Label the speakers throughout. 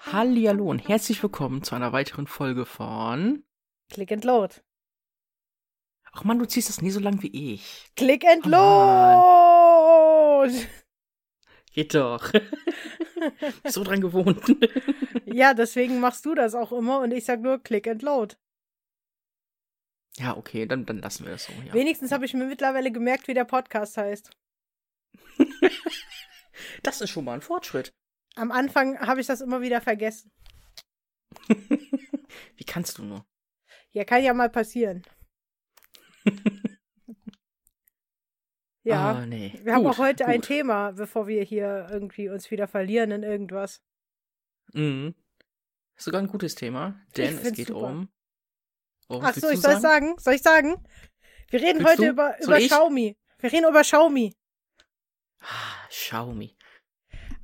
Speaker 1: Hallihallo und herzlich willkommen zu einer weiteren Folge von.
Speaker 2: Click and Load.
Speaker 1: Ach man, du ziehst das nie so lang wie ich.
Speaker 2: Click and
Speaker 1: Oh
Speaker 2: Load!
Speaker 1: Geht doch. so dran gewohnt.
Speaker 2: ja, deswegen machst du das auch immer und ich sag nur Click and Load.
Speaker 1: ja, okay, dann, dann lassen wir das so. Ja.
Speaker 2: Wenigstens habe ich mir mittlerweile gemerkt, wie der Podcast heißt.
Speaker 1: Das ist schon mal ein Fortschritt.
Speaker 2: Am Anfang habe ich das immer wieder vergessen.
Speaker 1: Wie kannst du nur?
Speaker 2: Ja, kann ja mal passieren. ja.
Speaker 1: Ah, nee.
Speaker 2: Wir haben
Speaker 1: Gut,
Speaker 2: auch heute
Speaker 1: gut.
Speaker 2: ein Thema, bevor wir hier irgendwie uns wieder verlieren in irgendwas.
Speaker 1: Mhm. Ist sogar ein gutes Thema, denn es
Speaker 2: find's
Speaker 1: geht
Speaker 2: super.
Speaker 1: um. um
Speaker 2: Ach so,
Speaker 1: willst du
Speaker 2: ich soll ich sagen? Soll ich sagen? Wir reden
Speaker 1: Willst
Speaker 2: heute
Speaker 1: du?
Speaker 2: über,
Speaker 1: Soll
Speaker 2: über
Speaker 1: ich?
Speaker 2: Xiaomi. Wir reden über Xiaomi.
Speaker 1: Ah, Xiaomi.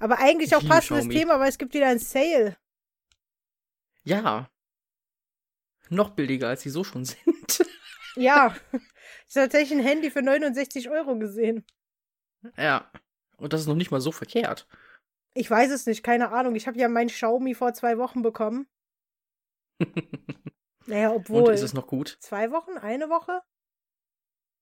Speaker 2: Aber eigentlich
Speaker 1: Ich
Speaker 2: auch
Speaker 1: liebe
Speaker 2: passendes
Speaker 1: Xiaomi.
Speaker 2: Thema, weil es gibt wieder ein Sale.
Speaker 1: Ja. Noch billiger, als sie so schon sind.
Speaker 2: Ja. ich habe tatsächlich ein Handy für 69 Euro gesehen.
Speaker 1: ja. Und das ist noch nicht mal so verkehrt.
Speaker 2: Ich weiß es nicht, keine Ahnung. Ich habe ja mein Xiaomi vor zwei Wochen bekommen. Naja, obwohl.
Speaker 1: Und ist es noch gut?
Speaker 2: zwei Wochen? Eine Woche?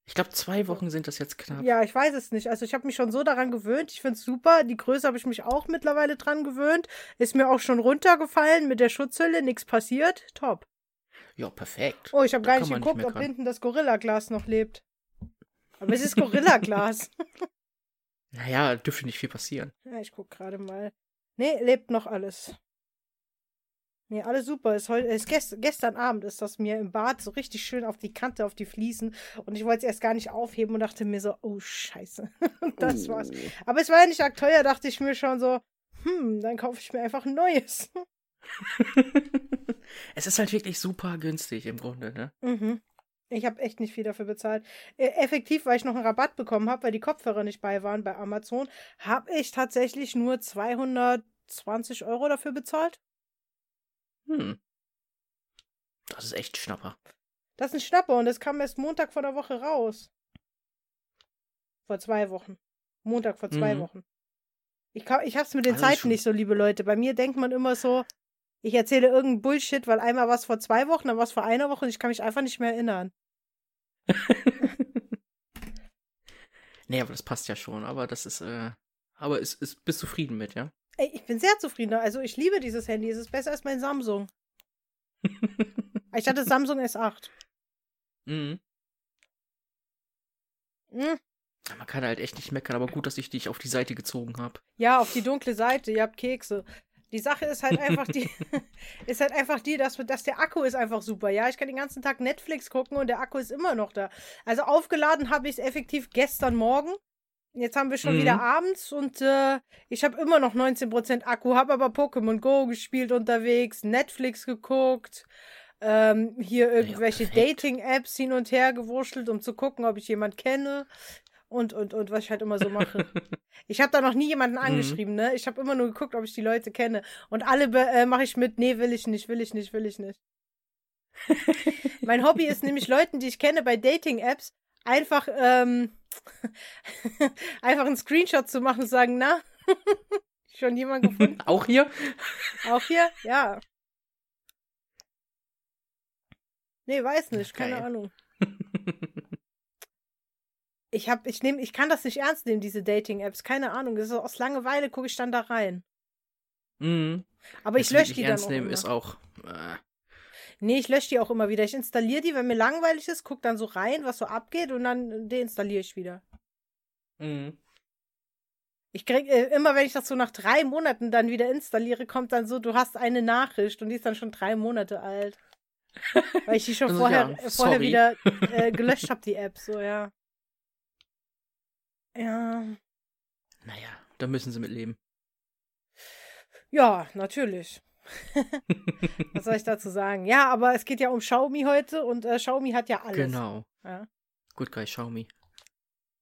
Speaker 1: Ich glaube, zwei Wochen sind das jetzt knapp.
Speaker 2: Ja, ich weiß es nicht. Also ich habe mich schon so daran gewöhnt. Ich finde es super. Die Größe habe ich mich auch mittlerweile dran gewöhnt. Ist mir auch schon runtergefallen mit der Schutzhülle. Nichts passiert. Top.
Speaker 1: Ja, perfekt.
Speaker 2: Oh, ich habe
Speaker 1: Da
Speaker 2: gar
Speaker 1: kann
Speaker 2: nicht
Speaker 1: man nicht
Speaker 2: geguckt,
Speaker 1: meckern.
Speaker 2: ob hinten das Gorillaglas noch lebt. Aber es ist Gorillaglas.
Speaker 1: Naja, dürfte nicht viel passieren.
Speaker 2: ja, ich guck gerade mal. Nee, lebt noch alles. Nee, alles super. Ist heute, ist gest, gestern Abend ist das mir im Bad so richtig schön auf die Kante, auf die Fliesen. Und ich wollte es erst gar nicht aufheben und dachte mir so, oh Scheiße. Und das
Speaker 1: Oh.
Speaker 2: war's. Aber es war ja nicht arg teuer, dachte ich mir schon so, hm, dann kaufe ich mir einfach ein neues.
Speaker 1: es ist halt wirklich super günstig im Grunde, ne?
Speaker 2: Mhm. Ich habe echt nicht viel dafür bezahlt. Äh, Effektiv, weil ich noch einen Rabatt bekommen habe, weil die Kopfhörer nicht bei waren bei Amazon, habe ich tatsächlich nur 220 Euro dafür bezahlt.
Speaker 1: Hm. Das ist echt Schnapper.
Speaker 2: Das ist ein Schnapper und das kam erst Montag vor der Woche raus. Vor zwei Wochen. Montag vor zwei
Speaker 1: Mhm.
Speaker 2: Wochen. Ich, ka- ich hab's mit den
Speaker 1: Also
Speaker 2: Zeiten
Speaker 1: schon-
Speaker 2: nicht so, liebe Leute. Bei mir denkt man immer so, ich erzähle irgendeinen Bullshit, weil einmal was vor zwei Wochen, dann was vor einer Woche und ich kann mich einfach nicht mehr erinnern.
Speaker 1: Nee, aber das passt ja schon. Aber das ist, äh. Aber ist, ist, bist zufrieden mit, ja?
Speaker 2: Ey, ich bin sehr zufrieden. Also ich liebe dieses Handy. Es ist besser als mein Samsung. Ich hatte Samsung S8.
Speaker 1: mhm.
Speaker 2: Hm.
Speaker 1: Man kann halt echt nicht meckern, aber gut, dass ich dich auf die Seite gezogen habe.
Speaker 2: Ja, auf die dunkle Seite, ihr habt Kekse. Die Sache ist halt einfach die, ist halt einfach die, dass, dass der Akku ist einfach super. Ja, ich kann den ganzen Tag Netflix gucken und der Akku ist immer noch da. Also aufgeladen habe ich es effektiv gestern Morgen. Jetzt haben wir schon
Speaker 1: Mhm.
Speaker 2: wieder abends und äh, ich habe immer noch 19% Akku, habe aber Pokémon Go gespielt unterwegs, Netflix geguckt, ähm, hier irgendwelche
Speaker 1: perfekt.
Speaker 2: Dating-Apps hin und her gewurschtelt, um zu gucken, ob ich jemand kenne und, und, und, was ich halt immer so mache. Ich habe da noch nie jemanden angeschrieben, ne? Ich habe immer nur geguckt, ob ich die Leute kenne. Und alle be- äh, mache ich mit, nee, will ich nicht, will ich nicht, will ich nicht. mein Hobby ist nämlich Leuten, die ich kenne bei Dating-Apps, einfach, ähm, einfach einen Screenshot zu machen und sagen, na, schon jemand gefunden?
Speaker 1: Auch hier?
Speaker 2: Auch hier? Ja. Nee, weiß nicht, keine
Speaker 1: Geil.
Speaker 2: Ahnung. Ich hab, ich nehm, ich kann das nicht ernst nehmen, diese Dating-Apps. Keine Ahnung. Das ist aus Langeweile gucke ich dann da rein.
Speaker 1: mhm.
Speaker 2: Aber ich
Speaker 1: Jetzt
Speaker 2: lösche
Speaker 1: wirklich
Speaker 2: die dann
Speaker 1: ernst
Speaker 2: auch
Speaker 1: nehmen
Speaker 2: immer.
Speaker 1: ist auch. Äh,
Speaker 2: Nee, ich lösche die auch immer wieder. Ich installiere die, wenn mir langweilig ist, guck dann so rein, was so abgeht und dann deinstalliere ich wieder.
Speaker 1: mhm.
Speaker 2: Ich krieg äh, immer, wenn ich das so nach drei Monaten dann wieder installiere, kommt dann so, du hast eine Nachricht und die ist dann schon drei Monate alt. Weil ich die schon
Speaker 1: Also,
Speaker 2: vorher,
Speaker 1: ja,
Speaker 2: äh, vorher
Speaker 1: sorry.
Speaker 2: wieder äh, gelöscht habe, die App, so, ja. Ja.
Speaker 1: Naja, da müssen sie mit leben.
Speaker 2: Ja, natürlich. Was soll ich dazu sagen? Ja, aber es geht ja um Xiaomi heute und äh, Xiaomi hat ja alles.
Speaker 1: Genau.
Speaker 2: Ja.
Speaker 1: Gut, geil, Xiaomi.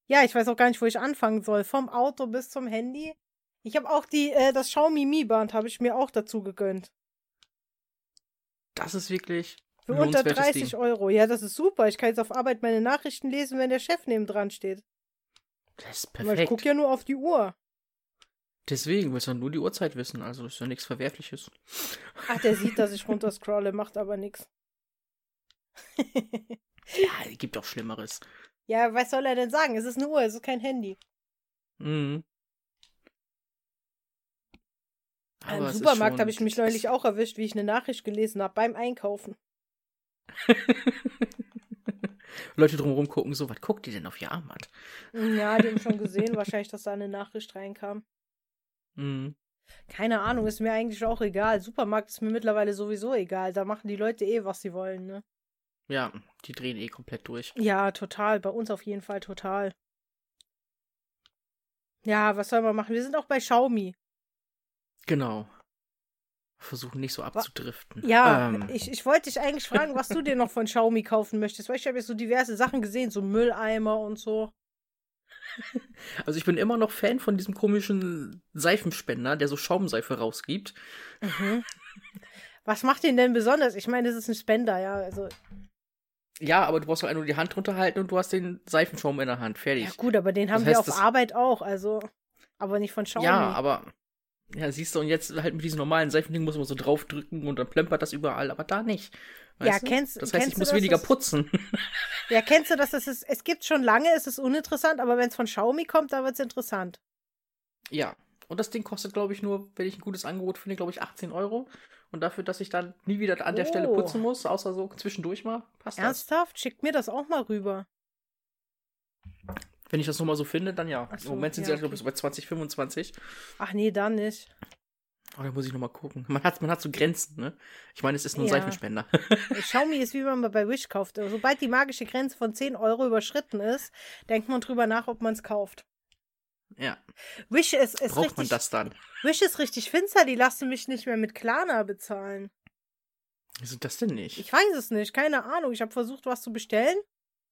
Speaker 2: Ja, ich weiß auch gar nicht, wo ich anfangen soll. Vom Auto bis zum Handy. Ich habe auch die, äh, das Xiaomi Mi Band habe ich mir auch dazu gegönnt.
Speaker 1: Das ist wirklich.
Speaker 2: Für unter
Speaker 1: lohnenswertes
Speaker 2: 30
Speaker 1: Ding.
Speaker 2: Euro. Ja, das ist super. Ich kann jetzt auf Arbeit meine Nachrichten lesen, wenn der Chef neben dran steht.
Speaker 1: Das ist
Speaker 2: Weil ich
Speaker 1: perfekt.
Speaker 2: gucke ja nur auf die Uhr.
Speaker 1: Deswegen willst du nur die Uhrzeit wissen, also ist ja nichts Verwerfliches.
Speaker 2: Ach, der sieht, dass ich runterscrolle, macht aber nichts.
Speaker 1: ja, gibt auch Schlimmeres.
Speaker 2: Ja, was soll er denn sagen? Es ist eine Uhr, es ist kein Handy.
Speaker 1: Mhm.
Speaker 2: Im
Speaker 1: es ist
Speaker 2: Supermarkt
Speaker 1: schon-
Speaker 2: habe ich mich neulich auch erwischt, wie ich eine Nachricht gelesen habe beim Einkaufen.
Speaker 1: Leute drumherum gucken so, was guckt die denn auf ihr Armband?
Speaker 2: Hm, Ja, die haben schon gesehen, wahrscheinlich, dass da eine Nachricht reinkam.
Speaker 1: Mhm.
Speaker 2: Keine Ahnung, ist mir eigentlich auch egal. Supermarkt ist mir mittlerweile sowieso egal. Da machen die Leute eh, was sie wollen, ne?
Speaker 1: Ja, die drehen eh komplett durch.
Speaker 2: Ja, total. Bei uns auf jeden Fall total. Ja, was soll man machen? Wir sind auch bei Xiaomi.
Speaker 1: Genau. Versuchen nicht so abzudriften.
Speaker 2: Ja,
Speaker 1: Ähm,
Speaker 2: ich, ich wollte dich eigentlich fragen, was du dir noch von Xiaomi kaufen möchtest, weil ich habe jetzt so diverse Sachen gesehen, so Mülleimer und so.
Speaker 1: also ich bin immer noch Fan von diesem komischen Seifenspender, der so Schaumseife rausgibt. Mhm.
Speaker 2: Was macht den denn besonders? Ich meine, das ist ein Spender, ja. Also,
Speaker 1: Ja, aber du brauchst halt nur die Hand drunter halten und du hast den Seifenschaum in der Hand. Fertig.
Speaker 2: ja gut, aber den haben
Speaker 1: heißt,
Speaker 2: wir auf
Speaker 1: das-
Speaker 2: Arbeit auch, also. Aber nicht von Xiaomi.
Speaker 1: Ja, aber. Ja, siehst du, und jetzt halt mit diesen normalen Seifendingen muss man so draufdrücken und dann plempert das überall, aber da nicht.
Speaker 2: Ja,
Speaker 1: du?
Speaker 2: kennst-
Speaker 1: Das heißt,
Speaker 2: kennst
Speaker 1: ich
Speaker 2: du
Speaker 1: muss
Speaker 2: das,
Speaker 1: weniger
Speaker 2: das-
Speaker 1: putzen.
Speaker 2: Ja, kennst du das? das ist, es gibt schon lange, es ist uninteressant, aber wenn es von Xiaomi kommt, dann wird es interessant.
Speaker 1: ja. Und das Ding kostet, glaube ich, nur, wenn ich ein gutes Angebot finde, glaube ich, 18 Euro. Und dafür, dass ich dann nie wieder an der Stelle
Speaker 2: Oh.
Speaker 1: putzen muss, außer so zwischendurch mal, passt
Speaker 2: Ernsthaft? Schickt mir das auch mal rüber.
Speaker 1: das. Wenn ich das nochmal so finde, dann ja.
Speaker 2: Ach so,
Speaker 1: Im Moment sind
Speaker 2: ja,
Speaker 1: sie, glaube
Speaker 2: okay.
Speaker 1: ich, so bei 20, 25.
Speaker 2: Ach nee, dann nicht.
Speaker 1: Oh, da muss ich nochmal gucken. Man hat, man hat so Grenzen, ne? Ich meine, es ist nur ein
Speaker 2: Ja.
Speaker 1: Seifenspender.
Speaker 2: Äh, Xiaomi ist wie wenn man bei Wish kauft. Also, Sobald die magische Grenze von 10 Euro überschritten ist, denkt man drüber nach, ob man es kauft.
Speaker 1: ja.
Speaker 2: Wish ist, ist
Speaker 1: Braucht
Speaker 2: richtig.
Speaker 1: man das dann?
Speaker 2: Wish ist richtig finster, die lassen mich nicht mehr mit Klarna bezahlen.
Speaker 1: Wieso das denn nicht?
Speaker 2: Ich weiß es nicht, keine Ahnung. Ich habe versucht, was zu bestellen.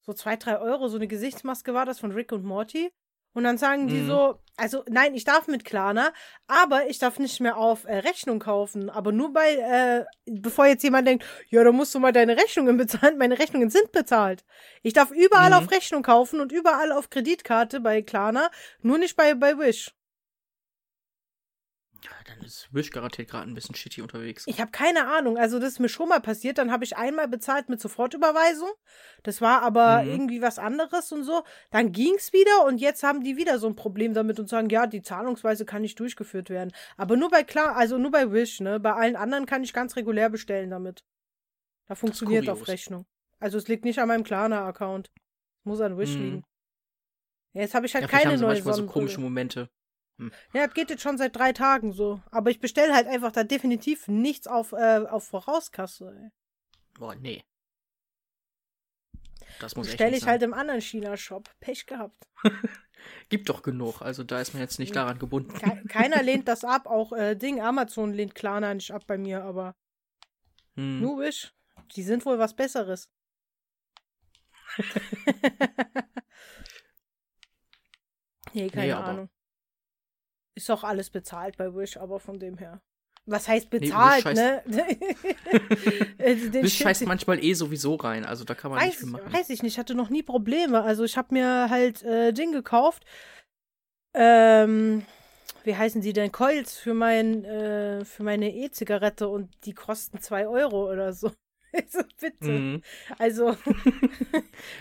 Speaker 2: So zwei, drei Euro, so eine Gesichtsmaske war das von Rick und Morty. Und dann sagen die
Speaker 1: Mhm.
Speaker 2: so, also nein, ich darf mit Klarna, aber ich darf nicht mehr auf äh, Rechnung kaufen. Aber nur bei, äh, bevor jetzt jemand denkt, ja, da musst du mal deine Rechnungen bezahlen. Meine Rechnungen sind bezahlt. Ich darf überall
Speaker 1: Mhm.
Speaker 2: auf Rechnung kaufen und überall auf Kreditkarte bei Klarna, nur nicht bei, bei Wish.
Speaker 1: Ja, dann ist Wish garantiert gerade ein bisschen shitty unterwegs.
Speaker 2: Ich habe keine Ahnung. Also das ist mir schon mal passiert. Dann habe ich einmal bezahlt mit Sofortüberweisung. Das war aber
Speaker 1: Mhm.
Speaker 2: irgendwie was anderes und so. Dann ging's wieder und jetzt haben die wieder so ein Problem damit und sagen, ja, die Zahlungsweise kann nicht durchgeführt werden. Aber nur bei klar, also nur bei Wish, ne? Bei allen anderen kann ich ganz regulär bestellen damit. Da funktioniert auf
Speaker 1: kurios.
Speaker 2: Rechnung. Also es liegt nicht an meinem Klarna-Account. Muss an Wish
Speaker 1: Mhm.
Speaker 2: liegen. Ja, jetzt habe ich halt
Speaker 1: ja, vielleicht
Speaker 2: keine
Speaker 1: haben sie
Speaker 2: neue
Speaker 1: manchmal so
Speaker 2: Sonnenbrille.
Speaker 1: komische Momente.
Speaker 2: Ja, das geht jetzt schon seit drei Tagen so. Aber ich bestelle halt einfach da definitiv nichts auf, äh, auf Vorauskasse. ey.
Speaker 1: Boah, nee. Das muss echt
Speaker 2: Bestelle
Speaker 1: nicht
Speaker 2: ich halt
Speaker 1: sein.
Speaker 2: im anderen China-Shop. Pech gehabt.
Speaker 1: Gibt doch genug, also da ist man jetzt nicht daran gebunden.
Speaker 2: Ke keiner lehnt das ab. Auch äh, Ding, Amazon lehnt Klarna nicht ab bei mir, aber
Speaker 1: Hm.
Speaker 2: nur Wish. Die sind wohl was Besseres. nee, keine
Speaker 1: Nee, aber-
Speaker 2: Ahnung. Ist auch alles bezahlt bei Wish, aber von dem her. Was heißt
Speaker 1: Wish
Speaker 2: bezahlt,
Speaker 1: scheißt-
Speaker 2: ne? Also den
Speaker 1: Wish
Speaker 2: Shit-
Speaker 1: scheißt manchmal eh sowieso rein, also da kann man nicht
Speaker 2: Weiß,
Speaker 1: viel machen.
Speaker 2: weiß ich nicht, hatte noch nie Probleme. Also ich habe mir halt äh, Ding gekauft. Ähm, wie heißen sie denn? Coils für mein, äh, für meine E-Zigarette und die kosten 2 Euro oder so. Also bitte.
Speaker 1: Mhm.
Speaker 2: Also,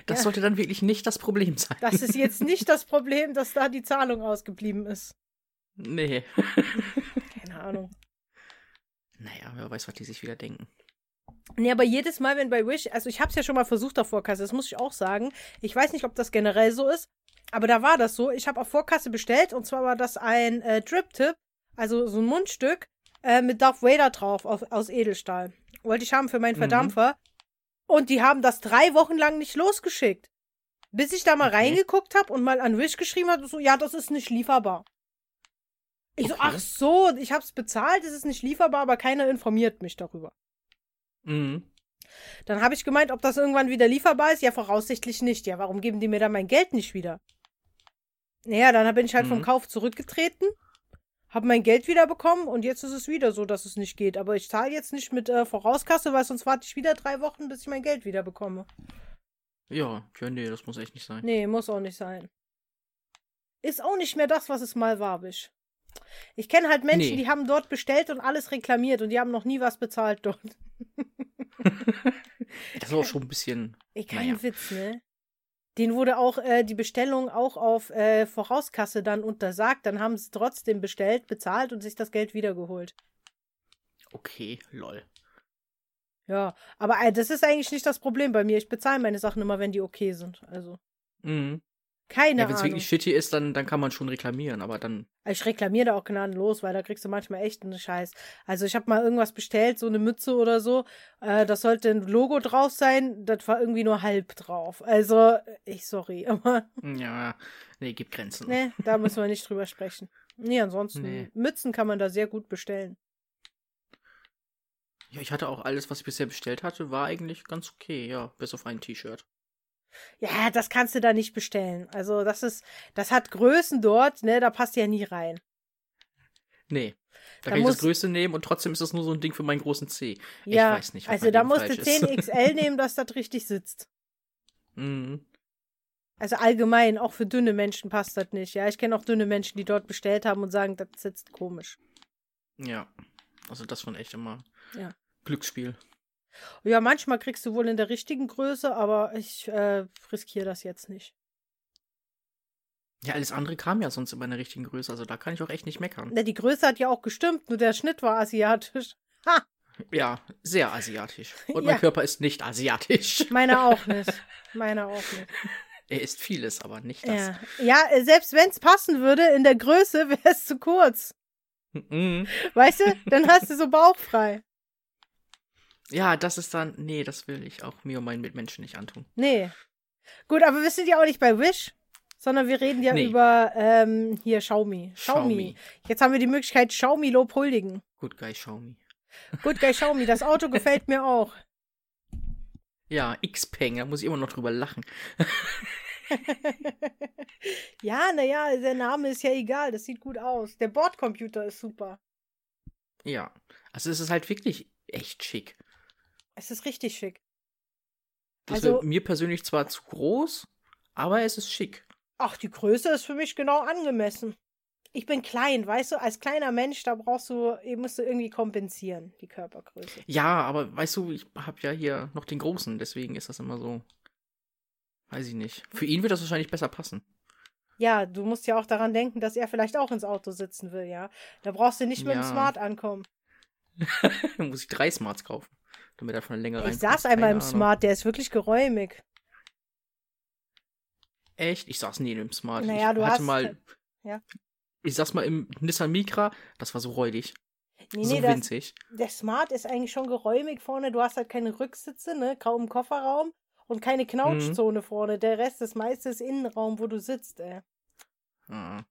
Speaker 1: Das
Speaker 2: Ja.
Speaker 1: sollte dann wirklich nicht das Problem sein.
Speaker 2: das ist jetzt nicht das Problem, dass da die Zahlung ausgeblieben ist.
Speaker 1: Nee.
Speaker 2: Keine Ahnung.
Speaker 1: Naja, wer weiß, was die sich wieder denken.
Speaker 2: Nee, aber jedes Mal, wenn bei Wish, also ich habe es ja schon mal versucht auf Vorkasse, das muss ich auch sagen. Ich weiß nicht, ob das generell so ist, aber da war das so. Ich habe auf Vorkasse bestellt und zwar war das ein äh, Drip-Tip, also so ein Mundstück äh, mit Darth Vader drauf auf, aus Edelstahl. Wollte ich haben für meinen
Speaker 1: Mhm.
Speaker 2: Verdampfer. Und die haben das drei Wochen lang nicht losgeschickt. Bis ich da mal
Speaker 1: Okay.
Speaker 2: reingeguckt habe und mal an Wish geschrieben habe, so, ja, das ist nicht lieferbar. Ich so,
Speaker 1: Okay.
Speaker 2: ach so, ich hab's bezahlt, es ist nicht lieferbar, aber keiner informiert mich darüber.
Speaker 1: Mhm.
Speaker 2: Dann habe ich gemeint, ob das irgendwann wieder lieferbar ist. Ja, voraussichtlich nicht. Ja, warum geben die mir dann mein Geld nicht wieder? Naja, dann bin ich halt vom
Speaker 1: Mhm.
Speaker 2: Kauf zurückgetreten, habe mein Geld wieder bekommen und jetzt ist es wieder so, dass es nicht geht. Aber ich zahle jetzt nicht mit äh, Vorauskasse, weil sonst warte ich wieder drei Wochen, bis ich mein Geld wieder bekomme.
Speaker 1: Ja, ja, nee, das muss echt nicht sein.
Speaker 2: Nee, muss auch nicht sein. Ist auch nicht mehr das, was es mal war, Bisch. Ich kenne halt Menschen,
Speaker 1: Nee.
Speaker 2: die haben dort bestellt und alles reklamiert und die haben noch nie was bezahlt dort.
Speaker 1: Das ist auch schon ein bisschen.
Speaker 2: Ey, kein
Speaker 1: Naja.
Speaker 2: Witz, ne? Den wurde auch äh, die Bestellung auch auf äh, Vorauskasse dann untersagt. Dann haben sie trotzdem bestellt, bezahlt und sich das Geld wiedergeholt.
Speaker 1: Okay, lol.
Speaker 2: Ja, aber äh, das ist eigentlich nicht das Problem bei mir. Ich bezahle meine Sachen immer, wenn die okay sind. Also
Speaker 1: Mhm.
Speaker 2: keine
Speaker 1: Ja, wenn es
Speaker 2: Ahnung. Also,
Speaker 1: wirklich shitty ist, dann, dann kann man schon reklamieren, aber dann.
Speaker 2: Ich reklamiere da auch gnadenlos, weil da kriegst du manchmal echt einen Scheiß. Also ich habe mal irgendwas bestellt, so eine Mütze oder so. Äh, das sollte ein Logo drauf sein. Das war irgendwie nur halb drauf. Also ich sorry, aber
Speaker 1: Ja, nee, gibt Grenzen.
Speaker 2: Ne, da müssen wir nicht drüber sprechen. Nee, ansonsten,
Speaker 1: Nee.
Speaker 2: Mützen kann man da sehr gut bestellen.
Speaker 1: Ja, ich hatte auch alles, was ich bisher bestellt hatte, war eigentlich ganz okay, ja. Bis auf ein T-Shirt.
Speaker 2: Ja, das kannst du da nicht bestellen. Also, das ist, das hat Größen dort, ne, da passt ja nie rein.
Speaker 1: Nee. Da
Speaker 2: Da
Speaker 1: kann ich das
Speaker 2: muss-
Speaker 1: Größte nehmen und trotzdem ist das nur so ein Ding für meinen großen C.
Speaker 2: Ja,
Speaker 1: weiß nicht, was
Speaker 2: also
Speaker 1: an
Speaker 2: da
Speaker 1: dem
Speaker 2: musst du
Speaker 1: falsch ist.
Speaker 2: 10XL nehmen, dass das richtig sitzt.
Speaker 1: Mhm.
Speaker 2: Also allgemein, auch für dünne Menschen passt das nicht. Ja, ich kenne auch dünne Menschen, die dort bestellt haben und sagen, das sitzt komisch.
Speaker 1: Ja. Also das von echt immer
Speaker 2: Ja.
Speaker 1: Glücksspiel.
Speaker 2: Ja, manchmal kriegst du wohl in der richtigen Größe, aber ich äh, riskiere das jetzt nicht.
Speaker 1: Ja, alles andere kam ja sonst immer in der richtigen Größe, also da kann ich auch echt nicht meckern.
Speaker 2: Ne, die Größe hat ja auch gestimmt, nur der Schnitt war asiatisch.
Speaker 1: Ja, sehr asiatisch. Und
Speaker 2: Ja.
Speaker 1: mein Körper ist nicht asiatisch.
Speaker 2: Meiner auch nicht. Meiner auch nicht.
Speaker 1: Er ist vieles, aber nicht das.
Speaker 2: Ja, ja äh, selbst wenn es passen würde, in der Größe wäre es zu kurz.
Speaker 1: Mhm.
Speaker 2: Weißt du, dann hast du so bauchfrei.
Speaker 1: Ja, das ist dann. Nee, das will ich auch mir und meinen Mitmenschen nicht antun.
Speaker 2: Nee. Gut, aber wir sind ja auch nicht bei Wish, sondern wir reden ja
Speaker 1: Nee.
Speaker 2: über ähm, hier Xiaomi. Xiaomi.
Speaker 1: Xiaomi.
Speaker 2: Jetzt haben wir die Möglichkeit, Xiaomi Lob huldigen.
Speaker 1: Good guy Xiaomi.
Speaker 2: Gut, geil, Xiaomi, das Auto gefällt mir auch.
Speaker 1: Ja, Xpeng, da muss ich immer noch drüber lachen.
Speaker 2: Ja, naja, der Name ist ja egal, das sieht gut aus. Der Bordcomputer ist super.
Speaker 1: Ja. Also es ist halt wirklich echt schick.
Speaker 2: Es ist richtig schick.
Speaker 1: Das
Speaker 2: Also-
Speaker 1: wird mir persönlich zwar zu groß, aber es ist schick.
Speaker 2: Ach, die Größe ist für mich genau angemessen. Ich bin klein, weißt du, als kleiner Mensch, da brauchst du, eh, musst du irgendwie kompensieren, die Körpergröße.
Speaker 1: Ja, aber weißt du, ich habe ja hier noch den Großen, deswegen ist das immer so. Weiß ich nicht. Für ihn wird das wahrscheinlich besser passen.
Speaker 2: Ja, du musst ja auch daran denken, dass er vielleicht auch ins Auto sitzen will, ja. Da brauchst du nicht mit dem
Speaker 1: Ja.
Speaker 2: Smart ankommen.
Speaker 1: Dann muss ich drei Smarts kaufen, damit er von der Länge
Speaker 2: ich
Speaker 1: reinpasst.
Speaker 2: saß einmal im
Speaker 1: Keine Ahnung.
Speaker 2: Smart, der ist wirklich geräumig.
Speaker 1: Echt? Ich saß nie in einem Smart.
Speaker 2: Naja,
Speaker 1: ich
Speaker 2: du
Speaker 1: hatte
Speaker 2: hast-
Speaker 1: mal.
Speaker 2: ja.
Speaker 1: Ich saß mal im Nissan Micra, das war so räudig,
Speaker 2: Nee,
Speaker 1: so
Speaker 2: nee, das,
Speaker 1: winzig.
Speaker 2: der Smart ist eigentlich schon geräumig vorne. Du hast halt keine Rücksitze, ne, kaum Kofferraum und keine
Speaker 1: Mhm.
Speaker 2: Knautschzone vorne. Der Rest, das meiste ist Innenraum, wo du sitzt, ey.
Speaker 1: Ah,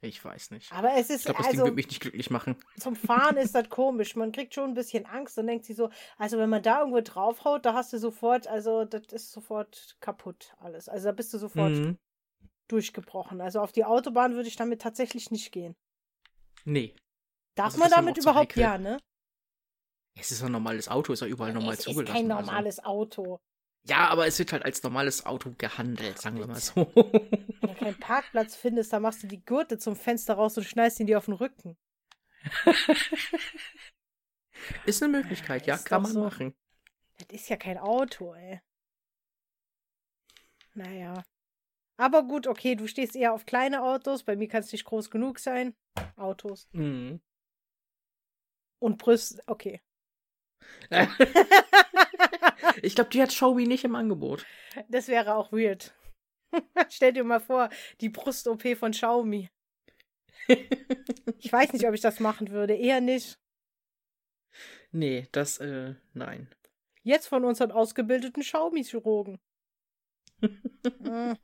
Speaker 1: ich weiß nicht.
Speaker 2: Aber es ist,
Speaker 1: Ich glaube, das Ding
Speaker 2: also,
Speaker 1: wird mich nicht glücklich machen.
Speaker 2: zum Fahren ist das komisch. Man kriegt schon ein bisschen Angst und denkt sich so, also wenn man da irgendwo draufhaut, da hast du sofort, also das ist sofort kaputt alles. Also da bist du sofort
Speaker 1: Mhm.
Speaker 2: durchgebrochen. Also auf die Autobahn würde ich damit tatsächlich nicht gehen.
Speaker 1: Nee.
Speaker 2: Darf
Speaker 1: Also das ist mir
Speaker 2: man
Speaker 1: auch
Speaker 2: damit
Speaker 1: zu
Speaker 2: überhaupt?
Speaker 1: heikel.
Speaker 2: Ja, ne?
Speaker 1: Es ist ein normales Auto, ist ja überall normal
Speaker 2: es ist
Speaker 1: zugelassen.
Speaker 2: kein
Speaker 1: also.
Speaker 2: normales Auto.
Speaker 1: Ja, aber es wird halt als normales Auto gehandelt, sagen wir mal so.
Speaker 2: Wenn du keinen Parkplatz findest, dann machst du die Gurte zum Fenster raus und schneidest ihn dir auf den Rücken.
Speaker 1: Ist eine Möglichkeit, ja,
Speaker 2: Ist
Speaker 1: kann
Speaker 2: doch
Speaker 1: man
Speaker 2: so.
Speaker 1: machen.
Speaker 2: Das ist ja kein Auto, ey. Naja. Aber gut, okay, du stehst eher auf kleine Autos. Bei mir kann es nicht groß genug sein. Autos.
Speaker 1: Mhm.
Speaker 2: Und Brüste, okay.
Speaker 1: ich glaube, die hat Xiaomi nicht im Angebot.
Speaker 2: Das wäre auch weird. Stell dir mal vor, die Brust-OP von Xiaomi. Ich weiß nicht, ob ich das machen würde. Eher nicht.
Speaker 1: Nee, das, äh, nein.
Speaker 2: Jetzt von unseren ausgebildeten Xiaomi-Chirurgen. Hm.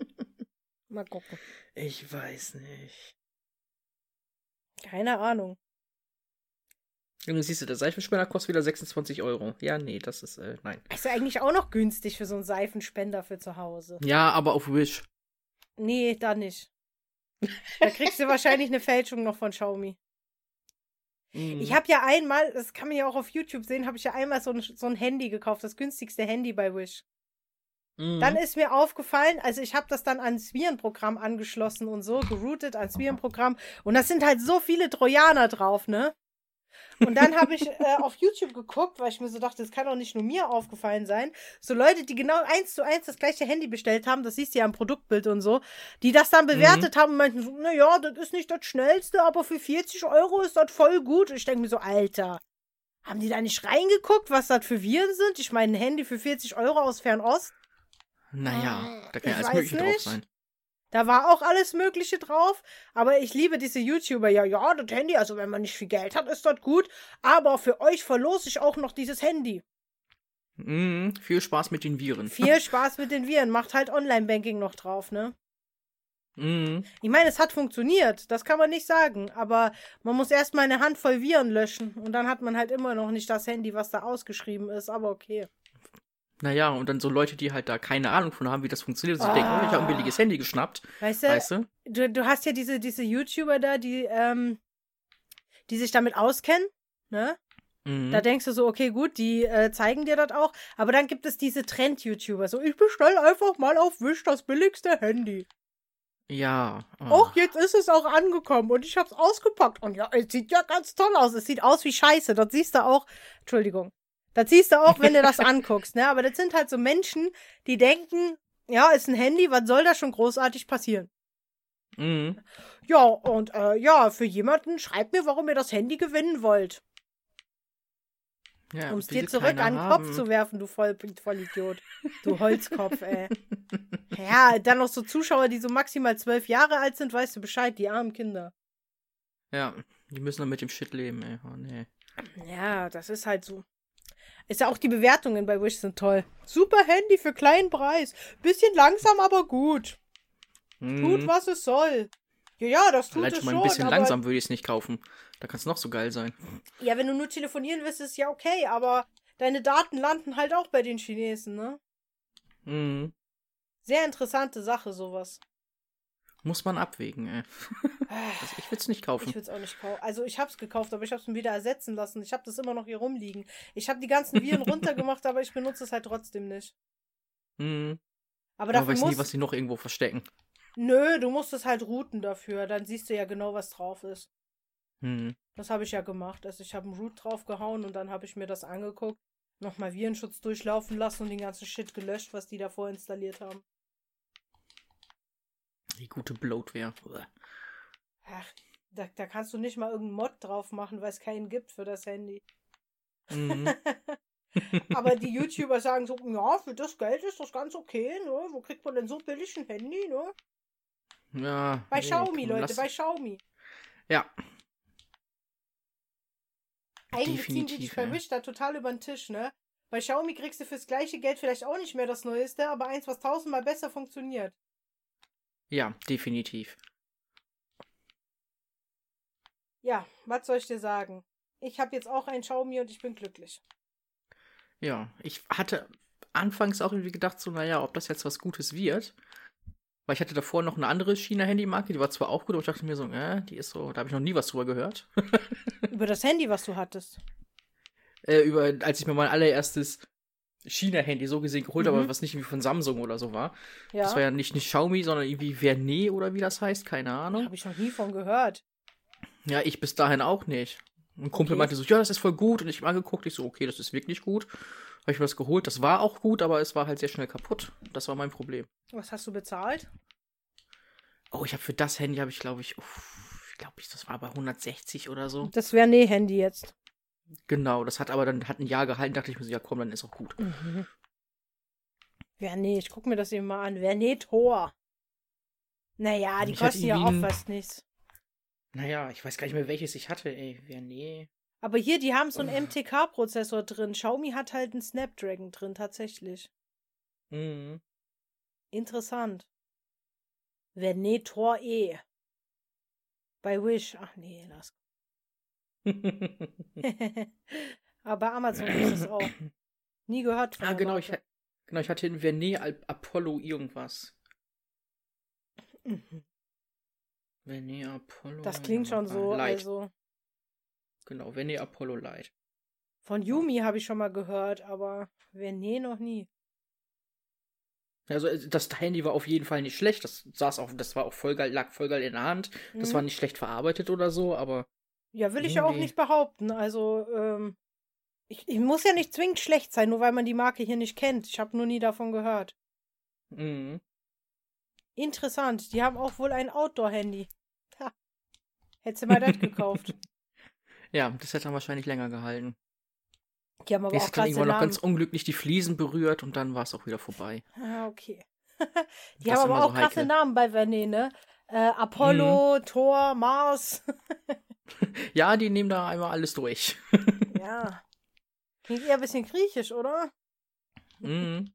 Speaker 2: Mal gucken.
Speaker 1: Ich weiß nicht.
Speaker 2: Keine Ahnung.
Speaker 1: Und dann siehst du, der Seifenspender kostet wieder 26 Euro. Ja, nee, das ist, äh, nein.
Speaker 2: Ist ja eigentlich auch noch günstig für so einen Seifenspender für zu Hause.
Speaker 1: Ja, aber auf Wish.
Speaker 2: Nee, da nicht. Da kriegst du wahrscheinlich eine Fälschung noch von Xiaomi.
Speaker 1: Mhm.
Speaker 2: Ich habe ja einmal, das kann man ja auch auf YouTube sehen, habe ich ja einmal so ein, so ein Handy gekauft, das günstigste Handy bei Wish.
Speaker 1: Mhm.
Speaker 2: Dann ist mir aufgefallen, also ich habe das dann ans Virenprogramm angeschlossen und so, geroutet ans Virenprogramm. Und das sind halt so viele Trojaner drauf, ne? Und dann habe ich äh, auf YouTube geguckt, weil ich mir so dachte, das kann doch nicht nur mir aufgefallen sein. So Leute, die genau eins zu eins das gleiche Handy bestellt haben, das siehst du ja am Produktbild und so, die das dann bewertet haben und meinten so, naja, das ist nicht das Schnellste, aber für 40 Euro ist das voll gut. Und ich denke mir so, Alter, haben die da nicht reingeguckt, was das für Viren sind? Ich meine, ein Handy für 40 Euro aus Fernost.
Speaker 1: naja, da kann
Speaker 2: Ah, Ich
Speaker 1: ja alles
Speaker 2: weiß
Speaker 1: Mögliche drauf
Speaker 2: nicht.
Speaker 1: sein.
Speaker 2: Da war auch alles Mögliche drauf, aber ich liebe diese YouTuber. Ja, ja, das Handy, also wenn man nicht viel Geld hat, ist das gut, aber für euch verlose ich auch noch dieses Handy.
Speaker 1: Mhm, viel Spaß mit den Viren.
Speaker 2: Viel Spaß mit den Viren, macht halt Online-Banking noch drauf, ne?
Speaker 1: Mhm.
Speaker 2: Ich meine, es hat funktioniert, das kann man nicht sagen, aber man muss erstmal eine Handvoll Viren löschen und dann hat man halt immer noch nicht das Handy, was da ausgeschrieben ist, aber okay.
Speaker 1: Naja, und dann so Leute, die halt da keine Ahnung von haben, wie das funktioniert, sich denken, oh, ich habe
Speaker 2: Ah.
Speaker 1: ein billiges Handy geschnappt,
Speaker 2: Weißt du,
Speaker 1: weißt du?
Speaker 2: du, du hast ja diese, diese YouTuber da, die, ähm, die sich damit auskennen, ne?
Speaker 1: Mhm.
Speaker 2: Da denkst du so, okay, gut, die äh, zeigen dir das auch. Aber dann gibt es diese Trend-YouTuber. So, ich bestell einfach mal auf Wish das billigste Handy.
Speaker 1: Ja. Ah.
Speaker 2: Och, jetzt ist es auch angekommen und ich hab's ausgepackt. Und ja, es sieht ja ganz toll aus. Es sieht aus wie Scheiße. Das siehst du auch. Entschuldigung. Das siehst du auch, wenn du das anguckst, ne? Aber das sind halt so Menschen, die denken, ja, ist ein Handy, was soll da schon großartig passieren?
Speaker 1: Mhm.
Speaker 2: Ja, und äh, ja, für jemanden schreibt mir, warum ihr das Handy gewinnen wollt.
Speaker 1: Ja,
Speaker 2: Um es
Speaker 1: will
Speaker 2: dir zurück
Speaker 1: keiner
Speaker 2: an den
Speaker 1: haben.
Speaker 2: Kopf zu werfen, du Voll Vollidiot. Du Holzkopf, ey. Ja, dann noch so Zuschauer, die so maximal zwölf Jahre alt sind, weißt du Bescheid, die armen Kinder.
Speaker 1: Ja, die müssen dann mit dem Shit leben, ey. Oh, nee.
Speaker 2: Ja, das ist halt so. Ist ja auch die Bewertungen bei Wish sind toll. Super Handy für kleinen Preis. Bisschen langsam, aber gut. Tut,
Speaker 1: Mhm.
Speaker 2: was es soll. Ja, ja, das tut
Speaker 1: Allein
Speaker 2: es
Speaker 1: schon
Speaker 2: schon.
Speaker 1: mal ein bisschen
Speaker 2: aber
Speaker 1: langsam würde ich es nicht kaufen. Da kann es noch so geil sein.
Speaker 2: Ja, wenn du nur telefonieren willst, ist ja okay, aber deine Daten landen halt auch bei den Chinesen, ne?
Speaker 1: Mhm.
Speaker 2: Sehr interessante Sache, sowas.
Speaker 1: Muss man abwägen, ey. Also ich würde es nicht kaufen.
Speaker 2: Ich würde es auch nicht kaufen. Also ich habe es gekauft, aber ich habe es wieder ersetzen lassen. Ich habe das immer noch hier rumliegen. Ich habe die ganzen Viren runtergemacht, aber ich benutze es halt trotzdem nicht.
Speaker 1: Mhm.
Speaker 2: Aber
Speaker 1: Aber man
Speaker 2: dafür
Speaker 1: weiß
Speaker 2: muss...
Speaker 1: nie, was sie noch irgendwo verstecken.
Speaker 2: Nö, du musst es halt routen dafür. Dann siehst du ja genau, was drauf ist.
Speaker 1: Mhm.
Speaker 2: Das habe ich ja gemacht. Also ich habe einen Root draufgehauen und dann habe ich mir das angeguckt. Nochmal Virenschutz durchlaufen lassen und den ganzen Shit gelöscht, was die davor installiert haben.
Speaker 1: Die gute Bloatware. Uah.
Speaker 2: Ach, da, da kannst du nicht mal irgendeinen Mod drauf machen, weil es keinen gibt für das Handy.
Speaker 1: Mhm.
Speaker 2: Aber die YouTuber sagen so, ja, für das Geld ist das ganz okay, ne? Wo kriegt man denn so billig ein Handy, ne?
Speaker 1: Ja,
Speaker 2: Bei
Speaker 1: nee,
Speaker 2: Xiaomi,
Speaker 1: komm,
Speaker 2: Leute,
Speaker 1: lass-
Speaker 2: bei Xiaomi.
Speaker 1: Ja.
Speaker 2: Eigentlich ziehen die dich
Speaker 1: Definitiv,
Speaker 2: bei
Speaker 1: ey.
Speaker 2: Wish da total über den Tisch, ne? Bei Xiaomi kriegst du fürs gleiche Geld vielleicht auch nicht mehr das Neueste, aber eins, was tausendmal besser funktioniert.
Speaker 1: Ja, definitiv.
Speaker 2: Ja, was soll ich dir sagen? Ich habe jetzt auch ein Xiaomi und ich bin glücklich.
Speaker 1: Ja, ich hatte anfangs auch irgendwie gedacht, so, naja, ob das jetzt was Gutes wird. Weil ich hatte davor noch eine andere China-Handymarke, die war zwar auch gut, aber ich dachte mir so, äh, die ist so, da habe ich noch nie was drüber gehört.
Speaker 2: Über das Handy, was du hattest.
Speaker 1: Äh, über, als ich mir mein allererstes China-Handy so gesehen geholt habe,
Speaker 2: Mhm.
Speaker 1: was nicht irgendwie von Samsung oder so war.
Speaker 2: Ja.
Speaker 1: Das war ja nicht, nicht Xiaomi, sondern irgendwie Vernet oder wie das heißt, keine Ahnung.
Speaker 2: Habe ich noch nie von gehört.
Speaker 1: Ja, ich bis dahin auch nicht. Ein Kumpel
Speaker 2: Okay.
Speaker 1: meinte so, ja, das ist voll gut. Und ich hab mir angeguckt, ich so, okay, das ist wirklich gut. Habe ich mir das geholt. Das war auch gut, aber es war halt sehr schnell kaputt. Das war mein Problem.
Speaker 2: Was hast du bezahlt?
Speaker 1: Oh, ich habe für das Handy, habe ich, glaube ich, uff, glaube ich, das war bei 160 oder so.
Speaker 2: Das wäre nee Handy jetzt.
Speaker 1: Genau, das hat aber dann hat ein Jahr gehalten, dachte ich mir so, ja komm, dann ist auch gut.
Speaker 2: Mhm. Wer nee, ich guck mir das eben mal an. Wer nee Tor. Naja, die
Speaker 1: Ich hatte
Speaker 2: kosten ja auch
Speaker 1: irgendwie ein-
Speaker 2: fast nichts.
Speaker 1: Naja, ich weiß gar nicht mehr, welches ich hatte, ey. Ja, nee.
Speaker 2: Aber hier, die haben so
Speaker 1: Oh.
Speaker 2: einen MTK-Prozessor drin. Xiaomi hat halt einen Snapdragon drin, tatsächlich.
Speaker 1: Mhm.
Speaker 2: Interessant. Venetor E. Bei Wish. Ach nee, lass. Aber Amazon ist es auch. Nie gehört von
Speaker 1: ah,
Speaker 2: der
Speaker 1: genau, ich,
Speaker 2: Marke.
Speaker 1: ha- genau, ich hatte in Vernet Al- Apollo irgendwas.
Speaker 2: Mhm.
Speaker 1: Vernet Apollo.
Speaker 2: Das klingt schon so.
Speaker 1: Light.
Speaker 2: Also,
Speaker 1: Genau, Vernet Apollo Light.
Speaker 2: von Yumi habe ich schon mal gehört, aber Vene noch nie.
Speaker 1: Also das Handy war auf jeden Fall nicht schlecht. Das saß auch, das war auch voll geil, lag voll geil in der Hand. Das
Speaker 2: Mhm.
Speaker 1: war nicht schlecht verarbeitet oder so, aber
Speaker 2: Ja, will ich ja auch
Speaker 1: Irgendwie.
Speaker 2: nicht behaupten. Also, ähm, ich, ich muss ja nicht zwingend schlecht sein, nur weil man die Marke hier nicht kennt. Ich habe nur nie davon gehört.
Speaker 1: mh,
Speaker 2: Interessant, die haben auch wohl ein Outdoor-Handy. Ha. Hättest du mal das gekauft.
Speaker 1: ja, das hätte dann wahrscheinlich länger gehalten.
Speaker 2: Die haben aber
Speaker 1: es
Speaker 2: auch
Speaker 1: hat dann
Speaker 2: krasse
Speaker 1: irgendwann noch
Speaker 2: Namen.
Speaker 1: ganz unglücklich die Fliesen berührt und dann war es auch wieder vorbei.
Speaker 2: Ah, okay. Die
Speaker 1: Das ist
Speaker 2: haben aber
Speaker 1: immer
Speaker 2: auch
Speaker 1: so
Speaker 2: krasse
Speaker 1: heikel. Mhm.
Speaker 2: Namen bei Vernet, ne? Äh, Apollo, Thor, Mars.
Speaker 1: Ja, die nehmen da einmal alles durch.
Speaker 2: ja. Klingt eher ein bisschen griechisch, oder?
Speaker 1: Mhm.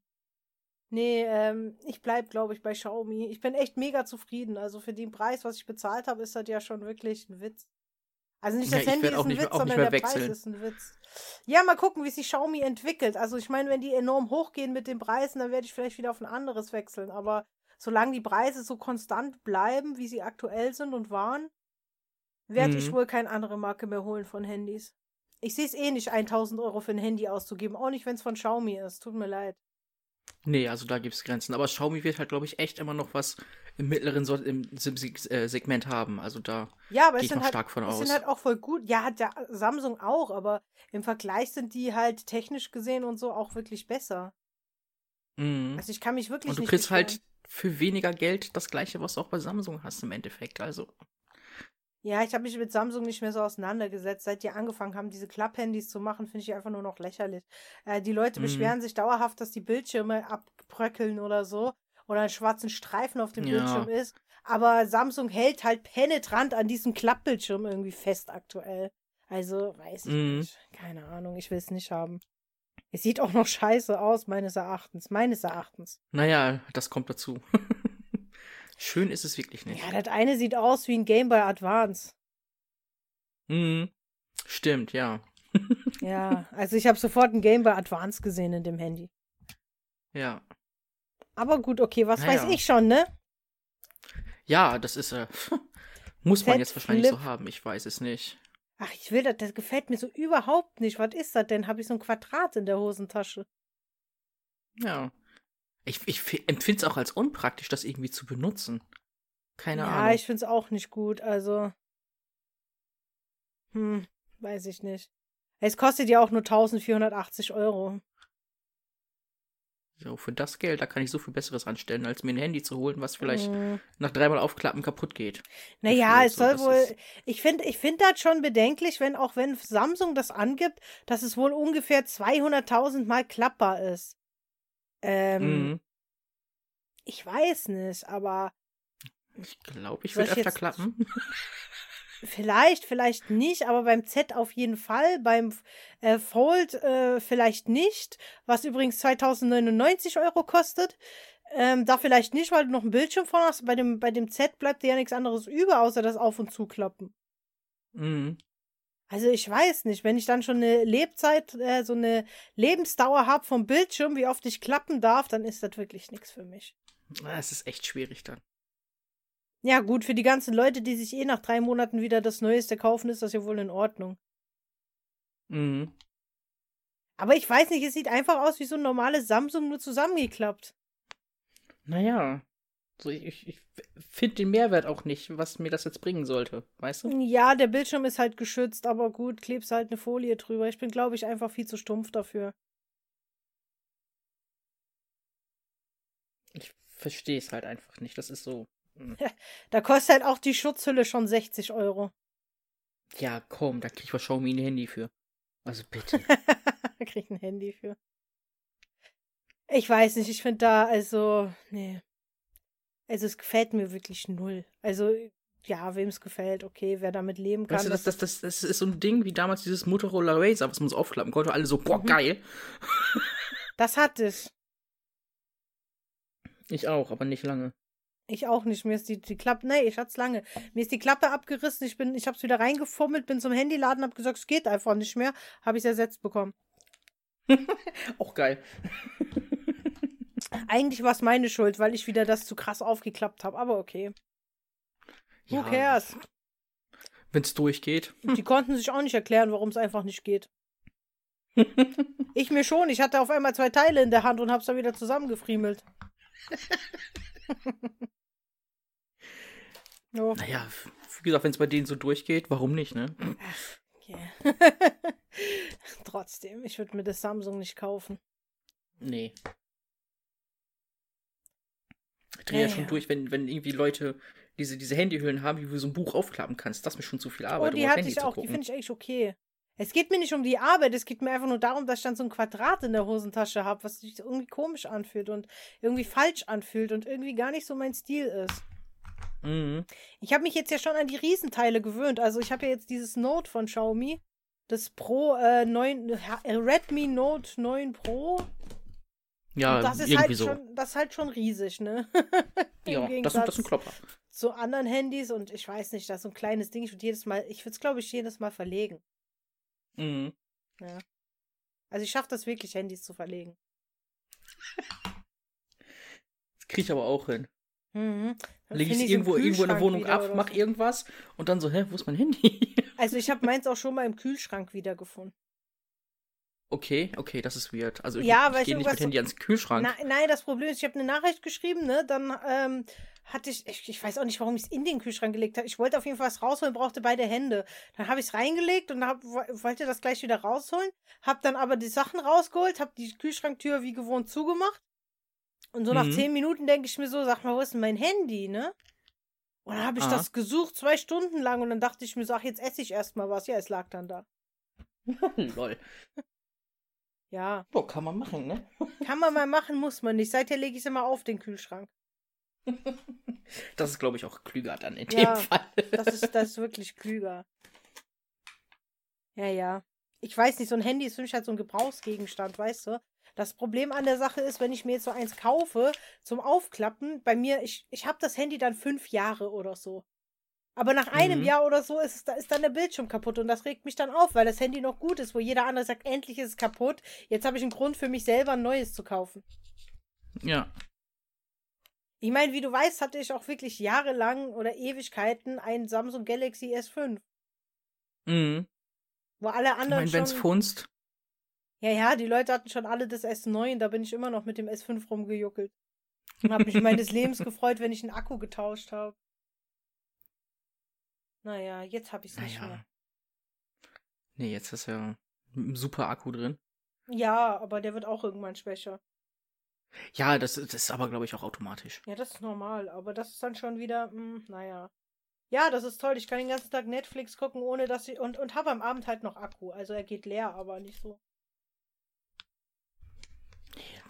Speaker 2: Nee, ähm, ich bleib, glaube ich, bei Xiaomi. Ich bin echt mega zufrieden. Also für den Preis, was ich bezahlt habe, ist das ja schon wirklich ein Witz. Also nicht
Speaker 1: Ja,
Speaker 2: das
Speaker 1: ich
Speaker 2: Handy
Speaker 1: werd
Speaker 2: ist
Speaker 1: auch
Speaker 2: ein
Speaker 1: nicht mehr-
Speaker 2: Witz,
Speaker 1: auch nicht
Speaker 2: sondern
Speaker 1: mehr
Speaker 2: der Preis
Speaker 1: wechseln.
Speaker 2: ist ein Witz. Ja, mal gucken, wie sich Xiaomi entwickelt. Also ich meine, wenn die enorm hochgehen mit den Preisen, dann werde ich vielleicht wieder auf ein anderes wechseln. Aber solange die Preise so konstant bleiben, wie sie aktuell sind und waren, werde ich
Speaker 1: Mhm.
Speaker 2: wohl keine andere Marke mehr holen von Handys. Ich sehe es eh nicht, 1000 Euro für ein Handy auszugeben. Auch nicht, wenn es von Xiaomi ist. Tut mir leid.
Speaker 1: Nee, also da gibt's Grenzen. Aber Xiaomi wird halt, glaube ich, echt immer noch was im mittleren Sort im Sim- Sig- äh, Segment haben. Also da
Speaker 2: Ja, aber
Speaker 1: gehe
Speaker 2: es
Speaker 1: ich
Speaker 2: sind
Speaker 1: noch
Speaker 2: halt
Speaker 1: stark von
Speaker 2: Es
Speaker 1: aus.
Speaker 2: sind halt auch voll gut. Ja, hat ja Samsung auch, aber im Vergleich sind die halt technisch gesehen und so auch wirklich besser.
Speaker 1: Mhm.
Speaker 2: Also ich kann mich wirklich
Speaker 1: Und du
Speaker 2: nicht
Speaker 1: kriegst halt
Speaker 2: beschweren.
Speaker 1: für weniger Geld das gleiche, was du auch bei Samsung hast im Endeffekt. Also.
Speaker 2: Ja, ich habe mich mit Samsung nicht mehr so auseinandergesetzt. Seit die angefangen haben, diese Klapphandys zu machen, finde ich die einfach nur noch lächerlich. Äh, die Leute
Speaker 1: Mhm.
Speaker 2: beschweren sich dauerhaft, dass die Bildschirme abbröckeln oder so. Oder einen schwarzen Streifen auf dem
Speaker 1: Ja.
Speaker 2: Bildschirm ist. Aber Samsung hält halt penetrant an diesem Klappbildschirm irgendwie fest aktuell. Also, weiß ich
Speaker 1: Mhm.
Speaker 2: nicht. Keine Ahnung, ich will es nicht haben. Es sieht auch noch scheiße aus, meines Erachtens. Meines Erachtens.
Speaker 1: Naja, das kommt dazu. Schön ist es wirklich nicht.
Speaker 2: Ja, das eine sieht aus wie ein Game Boy Advance.
Speaker 1: Mhm. Stimmt, ja.
Speaker 2: Ja, also ich habe sofort ein Game Boy Advance gesehen in dem Handy.
Speaker 1: Ja.
Speaker 2: Aber gut, okay, was
Speaker 1: Naja.
Speaker 2: weiß ich schon, ne?
Speaker 1: Ja, das ist äh, muss man
Speaker 2: Z
Speaker 1: jetzt wahrscheinlich so
Speaker 2: Flip.
Speaker 1: haben. Ich weiß es nicht.
Speaker 2: Ach, ich will das, das gefällt mir so überhaupt nicht. Was ist das denn? Habe ich so ein Quadrat in der Hosentasche?
Speaker 1: Ja. Ich, ich empfinde es auch als unpraktisch, das irgendwie zu benutzen. Keine
Speaker 2: ja,
Speaker 1: Ahnung.
Speaker 2: ich find's auch nicht gut, also. Hm, weiß ich nicht. Es kostet ja auch nur 1480 Euro.
Speaker 1: so, für das Geld, da kann ich so viel Besseres anstellen, als mir ein Handy zu holen, was vielleicht
Speaker 2: Hm.
Speaker 1: nach dreimal aufklappen kaputt geht.
Speaker 2: Naja,
Speaker 1: Gefühl,
Speaker 2: es
Speaker 1: so,
Speaker 2: soll
Speaker 1: das
Speaker 2: wohl.
Speaker 1: ist-
Speaker 2: Ich finde ich find das schon bedenklich, wenn auch wenn Samsung das angibt, dass es wohl ungefähr 200.000 Mal klappbar ist. Ähm,
Speaker 1: Mhm.
Speaker 2: Ich weiß nicht, aber
Speaker 1: Ich glaube, ich
Speaker 2: Soll
Speaker 1: würde
Speaker 2: ich
Speaker 1: öfter
Speaker 2: jetzt-
Speaker 1: klappen.
Speaker 2: Vielleicht, vielleicht nicht, aber beim Z auf jeden Fall, beim äh, Fold äh, vielleicht nicht, was übrigens 2099 Euro kostet. Ähm, da vielleicht nicht, weil du noch einen Bildschirm vorne hast. Bei dem, bei dem Z bleibt dir ja nichts anderes über, außer das Auf- und Zuklappen.
Speaker 1: Mhm.
Speaker 2: Also ich weiß nicht, wenn ich dann schon eine Lebzeit, äh, so eine Lebensdauer habe vom Bildschirm, wie oft ich klappen darf, dann ist das wirklich nichts für mich.
Speaker 1: Ah, Es ist echt schwierig dann.
Speaker 2: Ja gut, für die ganzen Leute, die sich eh nach drei Monaten wieder das Neueste kaufen, ist das ja wohl in Ordnung.
Speaker 1: Mhm.
Speaker 2: Aber ich weiß nicht, es sieht einfach aus wie so ein normales Samsung nur zusammengeklappt.
Speaker 1: Naja. So, ich ich, ich finde den Mehrwert auch nicht, was mir das jetzt bringen sollte. Weißt du?
Speaker 2: Ja, der Bildschirm ist halt geschützt, aber gut, klebst halt eine Folie drüber. Ich bin, glaube ich, einfach viel zu stumpf dafür.
Speaker 1: Ich verstehe es halt einfach nicht. Das ist so.
Speaker 2: Da kostet halt auch die Schutzhülle schon 60 Euro.
Speaker 1: Ja, komm, da krieg ich Xiaomi ein Handy für. Also bitte.
Speaker 2: da krieg ich ein Handy für. Ich weiß nicht, ich finde da, also, nee. Also, es gefällt mir wirklich null. Also, ja, wem es gefällt, okay, wer damit leben kann.
Speaker 1: weißt du, das,
Speaker 2: das-
Speaker 1: das, das, das ist so ein Ding wie damals dieses Motorola Razer, was man so aufklappen konnte. Alle so, boah,
Speaker 2: Mhm.
Speaker 1: geil.
Speaker 2: das hat es.
Speaker 1: Ich auch, aber nicht lange.
Speaker 2: Ich auch nicht. Mir ist die, die Klappe. Nee, ich hat's lange. Mir ist die Klappe abgerissen. Ich bin, ich hab's wieder reingefummelt, bin zum Handyladen, hab gesagt, es geht einfach nicht mehr. Habe ich ersetzt bekommen.
Speaker 1: Auch geil.
Speaker 2: Eigentlich war es meine Schuld, weil ich wieder das zu krass aufgeklappt habe. Aber okay. Who
Speaker 1: Ja,
Speaker 2: cares?
Speaker 1: wenn's durchgeht.
Speaker 2: Die konnten sich auch nicht erklären, warum es einfach nicht geht. ich mir schon. Ich hatte auf einmal zwei Teile in der Hand und hab's dann wieder zusammengefriemelt. Oh.
Speaker 1: Naja, wie gesagt, wenn es bei denen so durchgeht, warum nicht, ne?
Speaker 2: Yeah. Trotzdem, ich würde mir das Samsung nicht kaufen.
Speaker 1: Nee. Ich drehe ja,
Speaker 2: Ja,
Speaker 1: schon
Speaker 2: ja.
Speaker 1: durch, wenn, wenn irgendwie Leute diese, diese Handyhüllen haben, die du so ein Buch aufklappen kannst. Das ist mir schon zu viel Arbeit,
Speaker 2: oh, die
Speaker 1: um aufs
Speaker 2: hatte
Speaker 1: Handy
Speaker 2: ich
Speaker 1: zu
Speaker 2: auch. Die
Speaker 1: gucken.
Speaker 2: finde ich eigentlich okay. Es geht mir nicht um die Arbeit, es geht mir einfach nur darum, dass ich dann so ein Quadrat in der Hosentasche habe, was sich irgendwie komisch anfühlt und irgendwie falsch anfühlt und irgendwie gar nicht so mein Stil ist.
Speaker 1: Mhm.
Speaker 2: Ich habe mich jetzt ja schon an die Riesenteile gewöhnt. Also ich habe ja jetzt dieses Note von Xiaomi. Das Pro äh, 9, äh, Redmi Note 9 Pro.
Speaker 1: Ja,
Speaker 2: Und das ist
Speaker 1: irgendwie
Speaker 2: halt
Speaker 1: so.
Speaker 2: schon, das ist halt schon riesig, ne? Im
Speaker 1: ja, das,
Speaker 2: Gegensatz
Speaker 1: das ist ein Klopper.
Speaker 2: zu anderen Handys und ich weiß nicht, das ist so ein kleines Ding. Ich würde jedes Mal, ich würde es glaube ich jedes Mal verlegen.
Speaker 1: Mhm.
Speaker 2: Also ich schaffe das wirklich, Handys zu verlegen.
Speaker 1: Das kriege ich aber auch hin.
Speaker 2: Mhm. Dann
Speaker 1: Lege ich
Speaker 2: finde
Speaker 1: es
Speaker 2: ich's im
Speaker 1: irgendwo, irgendwo in der
Speaker 2: Kühlschrank
Speaker 1: Wohnung
Speaker 2: wieder
Speaker 1: ab,
Speaker 2: oder
Speaker 1: mach
Speaker 2: so.
Speaker 1: irgendwas und dann so, hä, wo ist mein Handy?
Speaker 2: Also ich habe meins auch schon mal im Kühlschrank wiedergefunden.
Speaker 1: okay, okay, das ist weird. Also ich,
Speaker 2: Ja,
Speaker 1: ich
Speaker 2: weil ich
Speaker 1: gehe nicht
Speaker 2: irgendwas
Speaker 1: mit Handy ans Kühlschrank.
Speaker 2: Nein, nein, das Problem ist, ich habe eine Nachricht geschrieben, ne? Dann ähm, hatte ich, ich, ich weiß auch nicht, warum ich es in den Kühlschrank gelegt habe. Ich wollte auf jeden Fall was rausholen, brauchte beide Hände. Dann habe ich es reingelegt und hab, wo- wollte das gleich wieder rausholen, habe dann aber die Sachen rausgeholt, habe die Kühlschranktür wie gewohnt zugemacht. Und so nach
Speaker 1: Mhm.
Speaker 2: zehn Minuten denke ich mir so, sag mal, wo ist denn mein Handy, ne? Und dann habe ich
Speaker 1: Ah.
Speaker 2: das gesucht, zwei Stunden lang, und dann dachte ich mir so, ach, jetzt esse ich erstmal was. Ja, es lag dann da.
Speaker 1: Lol.
Speaker 2: Ja,
Speaker 1: So, kann man machen, ne?
Speaker 2: kann man mal machen, muss man nicht. Seither lege ich es immer auf den Kühlschrank.
Speaker 1: Das ist, glaube ich, auch klüger dann in
Speaker 2: Ja.
Speaker 1: dem Fall.
Speaker 2: Das ist, das ist wirklich klüger. Ja, ja. Ich weiß nicht, so ein Handy ist für mich halt so ein Gebrauchsgegenstand, weißt du? Das Problem an der Sache ist, wenn ich mir jetzt so eins kaufe zum Aufklappen, bei mir, ich, ich habe das Handy dann fünf Jahre oder so. Aber nach einem
Speaker 1: Mhm.
Speaker 2: Jahr oder so ist, es, da ist dann der Bildschirm kaputt und das regt mich dann auf, weil das Handy noch gut ist, wo jeder andere sagt, endlich ist es kaputt. Jetzt habe ich einen Grund für mich selber ein neues zu kaufen.
Speaker 1: Ja.
Speaker 2: Ich meine, wie du weißt, hatte ich auch wirklich jahrelang oder Ewigkeiten ein Samsung Galaxy S5.
Speaker 1: Mhm.
Speaker 2: Wo alle
Speaker 1: Ich
Speaker 2: anderen
Speaker 1: meine, wenn's
Speaker 2: schon.
Speaker 1: funzt.
Speaker 2: ja, ja, die Leute hatten schon alle das S9, da bin ich immer noch mit dem S5 rumgejuckelt. Und habe mich um meines Lebens gefreut, wenn ich einen Akku getauscht habe. Naja, jetzt habe ich es nicht
Speaker 1: Naja.
Speaker 2: mehr.
Speaker 1: Nee, jetzt ist ja ein super Akku drin.
Speaker 2: Ja, aber der wird auch irgendwann schwächer.
Speaker 1: Ja, das, das ist aber, glaube ich, auch automatisch.
Speaker 2: Ja, das ist normal, aber das ist dann schon wieder, mh, naja. Ja, das ist toll. Ich kann den ganzen Tag Netflix gucken, ohne dass ich. Und, und habe am Abend halt noch Akku. Also er geht leer, aber nicht so.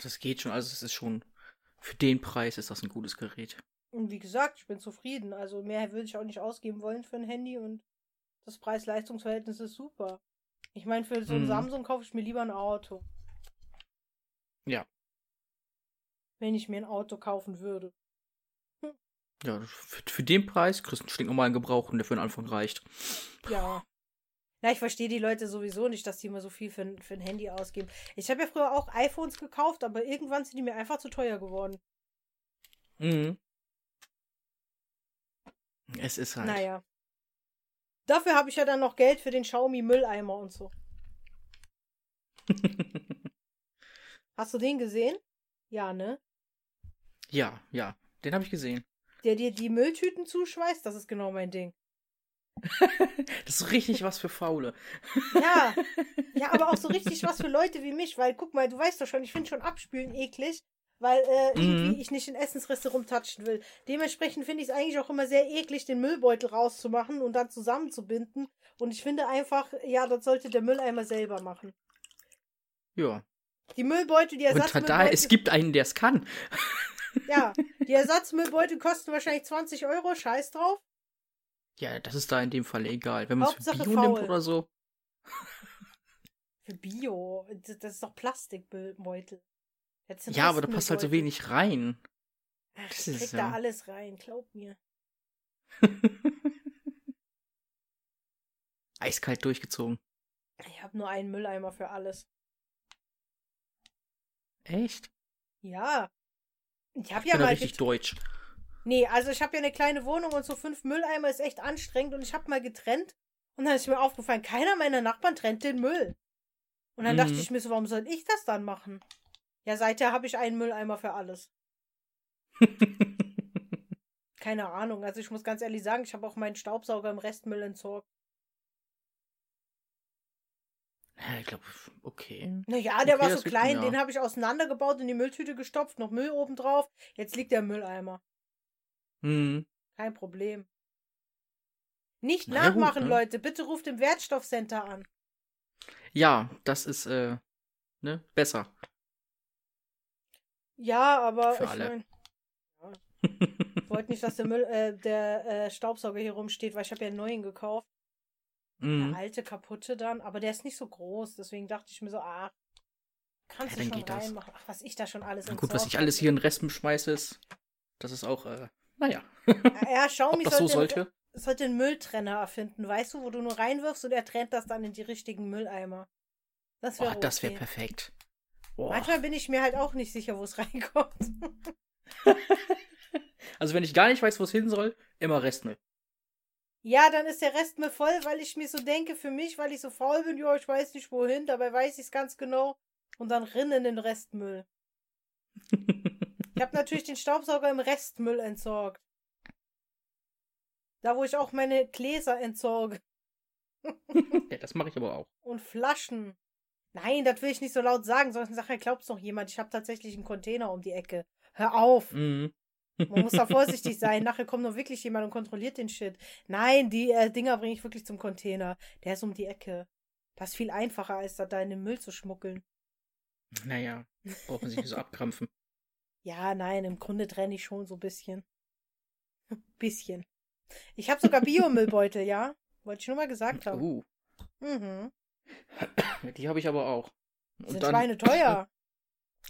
Speaker 1: Das geht schon. Also, es ist schon. Für den Preis ist das ein gutes Gerät.
Speaker 2: Und wie gesagt, ich bin zufrieden. Also mehr würde ich auch nicht ausgeben wollen für ein Handy und das Preis-Leistungs-Verhältnis ist super. Ich meine, für so ein
Speaker 1: Mhm.
Speaker 2: Samsung kaufe ich mir lieber ein Auto.
Speaker 1: Ja.
Speaker 2: Wenn ich mir ein Auto kaufen würde.
Speaker 1: Ja, für, für den Preis kriegst du einen stinknormalen Gebrauchten, der für den Anfang reicht.
Speaker 2: Ja. Na, ich verstehe die Leute sowieso nicht, dass die immer so viel für, ein- für ein Handy ausgeben. Ich habe ja früher auch iPhones gekauft, aber irgendwann sind die mir einfach zu teuer geworden.
Speaker 1: Mhm. Es ist halt.
Speaker 2: Naja. Dafür habe ich ja dann noch Geld für den Xiaomi-Mülleimer und so. Hast du den gesehen? Ja, ne?
Speaker 1: ja, ja. Den habe ich gesehen.
Speaker 2: der dir die Mülltüten zuschweißt, das ist genau mein Ding.
Speaker 1: Das ist richtig was für Faule.
Speaker 2: Ja, ja, aber auch so richtig was für Leute wie mich, weil guck mal, du weißt doch schon, ich finde schon Abspülen eklig, weil äh, irgendwie
Speaker 1: Mhm.
Speaker 2: ich nicht in Essensreste rumtatschen will. Dementsprechend finde ich es eigentlich auch immer sehr eklig, den Müllbeutel rauszumachen und dann zusammenzubinden. Und ich finde einfach, ja, das sollte der Mülleimer selber machen.
Speaker 1: Ja.
Speaker 2: Die Müllbeutel, die
Speaker 1: Und tada,
Speaker 2: Ersatzmüllbeutel,
Speaker 1: es gibt einen, der es kann.
Speaker 2: ja, die Ersatzmüllbeutel kosten wahrscheinlich 20 Euro, scheiß drauf.
Speaker 1: Ja, das ist da in dem Fall egal. Wenn man es für
Speaker 2: Hauptsache
Speaker 1: Bio
Speaker 2: faul.
Speaker 1: nimmt oder so.
Speaker 2: Für Bio, das das ist doch Plastikmüllbeutel. Jetzt sind
Speaker 1: Ja, aber da passt halt so
Speaker 2: Restmüllbeutel.
Speaker 1: wenig rein.
Speaker 2: Ach,
Speaker 1: Das
Speaker 2: ich
Speaker 1: ist
Speaker 2: krieg
Speaker 1: ja-
Speaker 2: da alles rein, glaub mir.
Speaker 1: Eiskalt durchgezogen.
Speaker 2: Ich habe nur einen Mülleimer für alles.
Speaker 1: Echt?
Speaker 2: Ja. Ich habe
Speaker 1: Ich
Speaker 2: ja
Speaker 1: bin ja
Speaker 2: mal.
Speaker 1: richtig
Speaker 2: get-
Speaker 1: deutsch.
Speaker 2: nee, also ich habe ja eine kleine Wohnung und so fünf Mülleimer ist echt anstrengend und ich habe mal getrennt und dann ist mir aufgefallen, keiner meiner Nachbarn trennt den Müll. Und dann dachte
Speaker 1: Mhm.
Speaker 2: ich mir so, warum soll ich das dann machen? Ja, seither habe ich einen Mülleimer für alles. Keine Ahnung. Also ich muss ganz ehrlich sagen, ich habe auch meinen Staubsauger im Restmüll entsorgt.
Speaker 1: Ja, ich glaube, okay.
Speaker 2: Naja, der
Speaker 1: Okay,
Speaker 2: war so
Speaker 1: das geht,
Speaker 2: klein,
Speaker 1: ja.
Speaker 2: den habe ich auseinandergebaut, in die Mülltüte gestopft, noch Müll oben drauf. Jetzt liegt der im Mülleimer.
Speaker 1: Hm.
Speaker 2: Kein Problem. Nicht
Speaker 1: Na ja, gut,
Speaker 2: nachmachen,
Speaker 1: ne?
Speaker 2: Leute. Bitte ruft im Wertstoffcenter an.
Speaker 1: Ja, das ist äh, ne, besser.
Speaker 2: Ja, aber
Speaker 1: Für
Speaker 2: ich
Speaker 1: alle.
Speaker 2: mein, wollte nicht, dass der Müll, äh, der äh, Staubsauger hier rumsteht, weil ich habe ja einen neuen gekauft.
Speaker 1: Mhm.
Speaker 2: Eine alte kaputte dann, aber der ist nicht so groß, deswegen dachte ich mir so, ach, kannst
Speaker 1: Ja,
Speaker 2: du
Speaker 1: dann
Speaker 2: schon
Speaker 1: geht das.
Speaker 2: reinmachen. Ach, was ich da schon alles
Speaker 1: Na gut, was
Speaker 2: entsorgt
Speaker 1: ich alles
Speaker 2: hab.
Speaker 1: hier in Respen schmeiße, ist, das ist auch, äh, naja,
Speaker 2: Ja, ja,
Speaker 1: ob
Speaker 2: Xiaomi
Speaker 1: das so
Speaker 2: sollte,
Speaker 1: sollte.
Speaker 2: sollte einen Mülltrenner erfinden, weißt du, wo du nur reinwirfst und er trennt das dann in die richtigen Mülleimer. Das
Speaker 1: Oh,
Speaker 2: wäre
Speaker 1: das wäre
Speaker 2: okay.
Speaker 1: perfekt. Boah.
Speaker 2: Manchmal bin ich mir halt auch nicht sicher, wo es reinkommt.
Speaker 1: Also wenn ich gar nicht weiß, wo es hin soll, immer Restmüll.
Speaker 2: Ja, dann ist der Rest mir voll, weil ich mir so denke, für mich, weil ich so faul bin, ja, ich weiß nicht wohin, dabei weiß ich es ganz genau. Und dann rinne in den Restmüll. Ich habe natürlich den Staubsauger im Restmüll entsorgt. Da, wo ich auch meine Gläser entsorge
Speaker 1: ja, das mache ich aber auch.
Speaker 2: und Flaschen. Nein, das will ich nicht so laut sagen, sonst nachher glaubt's noch jemand. Ich habe tatsächlich einen Container um die Ecke. Hör auf.
Speaker 1: Mhm.
Speaker 2: Man muss da vorsichtig sein. Nachher kommt noch wirklich jemand und kontrolliert den Shit. Nein, die äh, Dinger bringe ich wirklich zum Container. Der ist um die Ecke. Das ist viel einfacher, als da deinen Müll zu schmuggeln.
Speaker 1: Naja, braucht man sich nicht so abkrampfen.
Speaker 2: Ja, nein, im Grunde trenne ich schon so ein bisschen. bisschen. Ich habe sogar Biomüllbeutel, ja? Wollte ich nur mal gesagt haben.
Speaker 1: Uh,
Speaker 2: Mhm.
Speaker 1: die habe ich aber auch. Und
Speaker 2: Sind
Speaker 1: dann,
Speaker 2: Schweine teuer.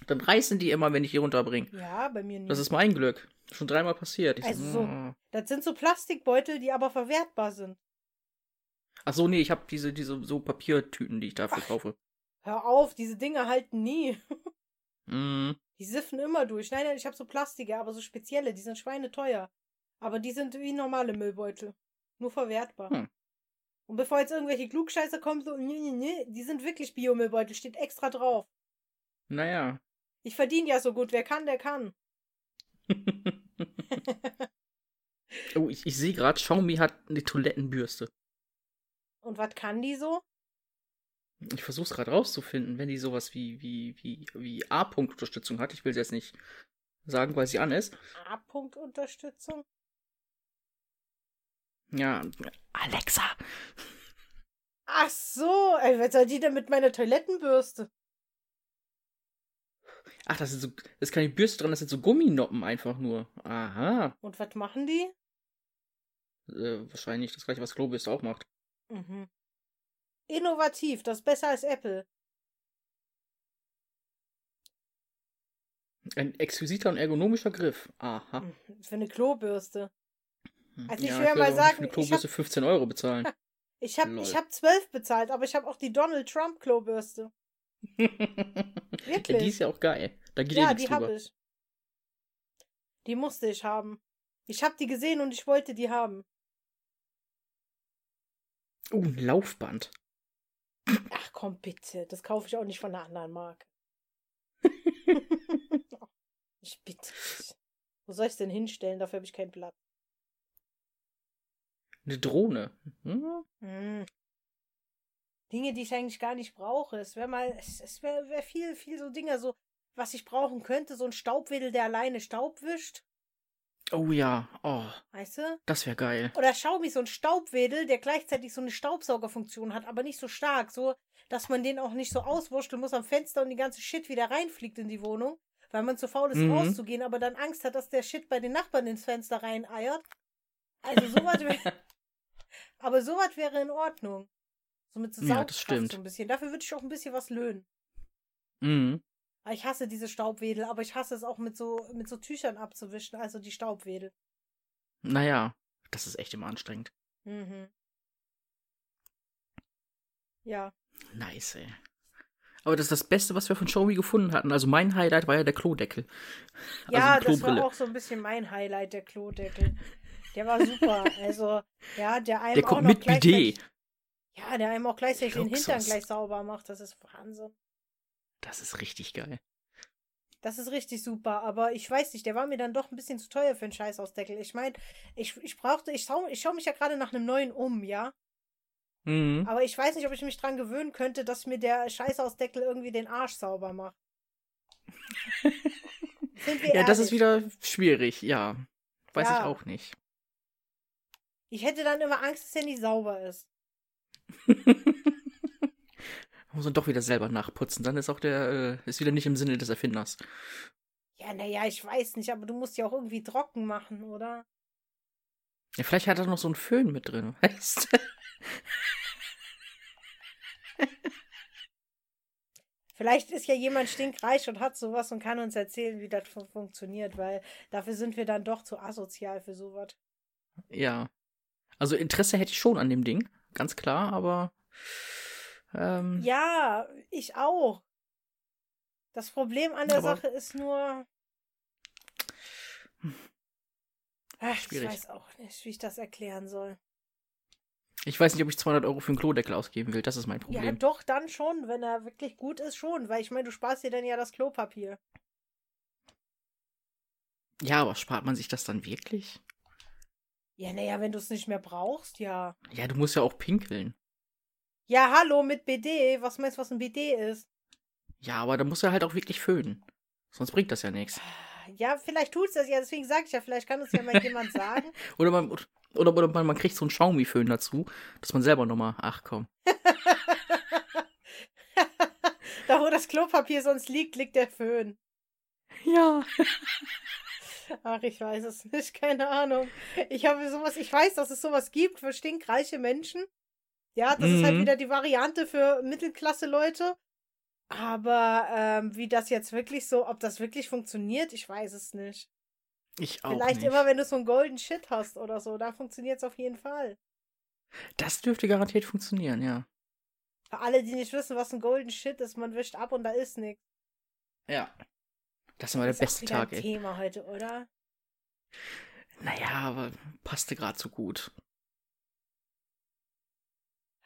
Speaker 1: dann reißen die immer, wenn ich die runterbringe.
Speaker 2: Ja, bei mir nicht.
Speaker 1: Das ist mein Glück. Schon dreimal passiert. Ich
Speaker 2: Mhm. Also so.
Speaker 1: "Ah."
Speaker 2: das sind so Plastikbeutel, die aber verwertbar sind.
Speaker 1: Ach so, nee, ich habe diese, diese so Papiertüten, die ich dafür kaufe.
Speaker 2: Hör auf, diese Dinge halten nie.
Speaker 1: Mhm.
Speaker 2: Die siffen immer durch. Nein, nein, ich habe so Plastige, aber so spezielle, die sind schweineteuer. Aber die sind wie normale Müllbeutel. Nur verwertbar.
Speaker 1: Hm.
Speaker 2: Und bevor jetzt irgendwelche Klugscheißer kommen, so, nee, nee, nee, die sind wirklich Biomüllbeutel, steht extra drauf.
Speaker 1: Naja.
Speaker 2: Ich verdiene ja so gut, wer kann, der kann.
Speaker 1: oh, ich, ich sehe gerade, Xiaomi hat eine Toilettenbürste.
Speaker 2: Und was kann die so?
Speaker 1: Ich versuche es gerade rauszufinden, wenn die sowas wie, wie, wie, wie A-Punkt-Unterstützung hat. Ich will es jetzt nicht sagen, weil sie an ist.
Speaker 2: A-Punkt-Unterstützung?
Speaker 1: Ja, Alexa.
Speaker 2: Ach so, ey, was soll die denn mit meiner Toilettenbürste?
Speaker 1: Ach, das ist so, das ist keine Bürste dran, das sind so Gumminoppen einfach nur. Aha.
Speaker 2: Und was machen die?
Speaker 1: Äh, wahrscheinlich das gleiche, was Globus auch macht.
Speaker 2: Mhm. Innovativ, das ist besser als Apple.
Speaker 1: Ein exquisiter und ergonomischer Griff. Aha.
Speaker 2: Mhm, Für eine Klobürste. Also ich
Speaker 1: ja,
Speaker 2: will ja
Speaker 1: will
Speaker 2: mal
Speaker 1: aber
Speaker 2: sagen,
Speaker 1: für eine
Speaker 2: ich
Speaker 1: Klobürste 15 Euro bezahlen.
Speaker 2: Ich habe
Speaker 1: Lol.
Speaker 2: ich hab 12 bezahlt, aber ich habe auch die Donald Trump Klobürste.
Speaker 1: die ist ja auch geil. Da geht eh
Speaker 2: ja,
Speaker 1: nichts
Speaker 2: die
Speaker 1: drüber.
Speaker 2: habe ich. Die musste ich haben. Ich habe die gesehen und ich wollte die haben.
Speaker 1: Oh, ein Laufband.
Speaker 2: Ach komm bitte, das kaufe ich auch nicht von einer anderen Marke. ich bitte dich. Wo soll ich denn hinstellen? Dafür habe ich kein Blatt.
Speaker 1: Eine Drohne. Hm?
Speaker 2: Hm. Dinge, die ich eigentlich gar nicht brauche. Es wäre mal, es, es wäre wär viel, viel so Dinger, so, was ich brauchen könnte. So ein Staubwedel, der alleine Staub wischt.
Speaker 1: Oh ja. Oh,
Speaker 2: Weißt du?
Speaker 1: das wäre geil.
Speaker 2: Oder Xiaomi ist so ein Staubwedel, der gleichzeitig so eine Staubsaugerfunktion hat, aber nicht so stark, so dass man den auch nicht so auswurschteln muss am Fenster und die ganze Shit wieder reinfliegt in die Wohnung, weil man zu faul ist
Speaker 1: Mhm.
Speaker 2: rauszugehen, aber dann Angst hat, dass der Shit bei den Nachbarn ins Fenster reineiert. Also sowas wäre aber sowas wäre in Ordnung. So mit so
Speaker 1: Ja, das
Speaker 2: Saugkraft
Speaker 1: stimmt.
Speaker 2: so ein bisschen. Dafür würde ich auch ein bisschen was löhnen.
Speaker 1: Mhm.
Speaker 2: Aber Ich hasse diese Staubwedel, aber ich hasse es auch mit so mit so Tüchern abzuwischen, also die Staubwedel.
Speaker 1: Naja, das ist echt immer anstrengend.
Speaker 2: Mhm. Ja.
Speaker 1: Nice, ey. Aber das ist das Beste, was wir von Xiaomi gefunden hatten. Also mein Highlight war ja der Klodeckel. Also
Speaker 2: Ja,
Speaker 1: die
Speaker 2: das war
Speaker 1: Klobrille.
Speaker 2: auch so ein bisschen mein Highlight, der Klodeckel. Der war super. Also, ja, der einem
Speaker 1: Der
Speaker 2: auch
Speaker 1: kommt
Speaker 2: noch
Speaker 1: mit
Speaker 2: gleichzeitig,
Speaker 1: Bidet.
Speaker 2: Ja, der einem auch gleichzeitig den
Speaker 1: Luxus.
Speaker 2: Hintern gleich sauber macht. Das ist Wahnsinn.
Speaker 1: Das ist richtig geil.
Speaker 2: Das ist richtig super, aber ich weiß nicht, der war mir dann doch ein bisschen zu teuer für einen Scheißausdeckel. Ich meine, ich, ich brauchte, ich schaue ich schau mich ja gerade nach einem neuen um, ja?
Speaker 1: Mhm.
Speaker 2: Aber ich weiß nicht, ob ich mich dran gewöhnen könnte, dass mir der Scheißausdeckel irgendwie den Arsch sauber macht. Sind wir
Speaker 1: Ja, das ist
Speaker 2: ehrlich?
Speaker 1: wieder schwierig, ja. Weiß ich
Speaker 2: Ja.
Speaker 1: auch nicht.
Speaker 2: Ich hätte dann immer Angst, dass er nicht sauber ist.
Speaker 1: Muss man doch wieder selber nachputzen. Dann ist auch der, äh, ist wieder nicht im Sinne des Erfinders.
Speaker 2: Ja, naja, ich weiß nicht, aber du musst ja auch irgendwie trocken machen, oder?
Speaker 1: Ja, vielleicht hat er noch so einen Föhn mit drin, weißt du?
Speaker 2: Vielleicht ist ja jemand stinkreich und hat sowas und kann uns erzählen, wie das fun- funktioniert, weil dafür sind wir dann doch zu asozial für sowas.
Speaker 1: Ja. Also Interesse hätte ich schon an dem Ding, ganz klar, aber ähm,
Speaker 2: Ja, ich auch. Das Problem an der
Speaker 1: Aber- Hm.
Speaker 2: Sache ist nur. Ach,
Speaker 1: Schwierig.
Speaker 2: Ich weiß auch nicht, wie ich das erklären soll.
Speaker 1: ich weiß nicht, ob ich 200 Euro für einen Klodeckel ausgeben will. Das ist mein
Speaker 2: Ja,
Speaker 1: Problem.
Speaker 2: doch, dann schon, wenn er wirklich gut ist, schon. Weil ich meine, du sparst dir dann ja das Klopapier.
Speaker 1: Ja, aber spart man sich das dann wirklich?
Speaker 2: Ja, naja, wenn du es nicht mehr brauchst, ja.
Speaker 1: Ja, du musst ja auch pinkeln.
Speaker 2: Ja, hallo mit BD. Was meinst du, was ein BD ist?
Speaker 1: Ja, aber da muss er halt auch wirklich föhnen. Sonst bringt das ja nichts.
Speaker 2: Ja, vielleicht tut's das ja, deswegen sage ich ja, vielleicht kann es ja mal jemand sagen.
Speaker 1: Oder man, oder, oder man, man kriegt so einen Xiaomi-Föhn dazu, dass man selber nochmal, ach komm.
Speaker 2: da, wo das Klopapier sonst liegt, liegt der Föhn.
Speaker 1: Ja.
Speaker 2: Ach, ich weiß es nicht, keine Ahnung. Ich habe sowas, ich weiß, dass es sowas gibt für stinkreiche Menschen. Ja, das ist halt
Speaker 1: Mhm.
Speaker 2: wieder die Variante für Mittelklasse-Leute. Aber ähm, wie das jetzt wirklich so, ob das wirklich funktioniert, ich weiß es nicht.
Speaker 1: Ich auch.
Speaker 2: Vielleicht
Speaker 1: nicht.
Speaker 2: immer, wenn du so einen Golden Shit hast oder so, da funktioniert es auf jeden Fall.
Speaker 1: Das dürfte garantiert funktionieren, ja.
Speaker 2: Für alle, die nicht wissen, was ein Golden Shit ist, man wischt ab und da ist nichts.
Speaker 1: Ja. Das ist immer der
Speaker 2: Ist auch
Speaker 1: beste
Speaker 2: wieder
Speaker 1: Tag,
Speaker 2: ein
Speaker 1: ey.
Speaker 2: Thema heute, oder?
Speaker 1: Naja, aber passte gerade so gut.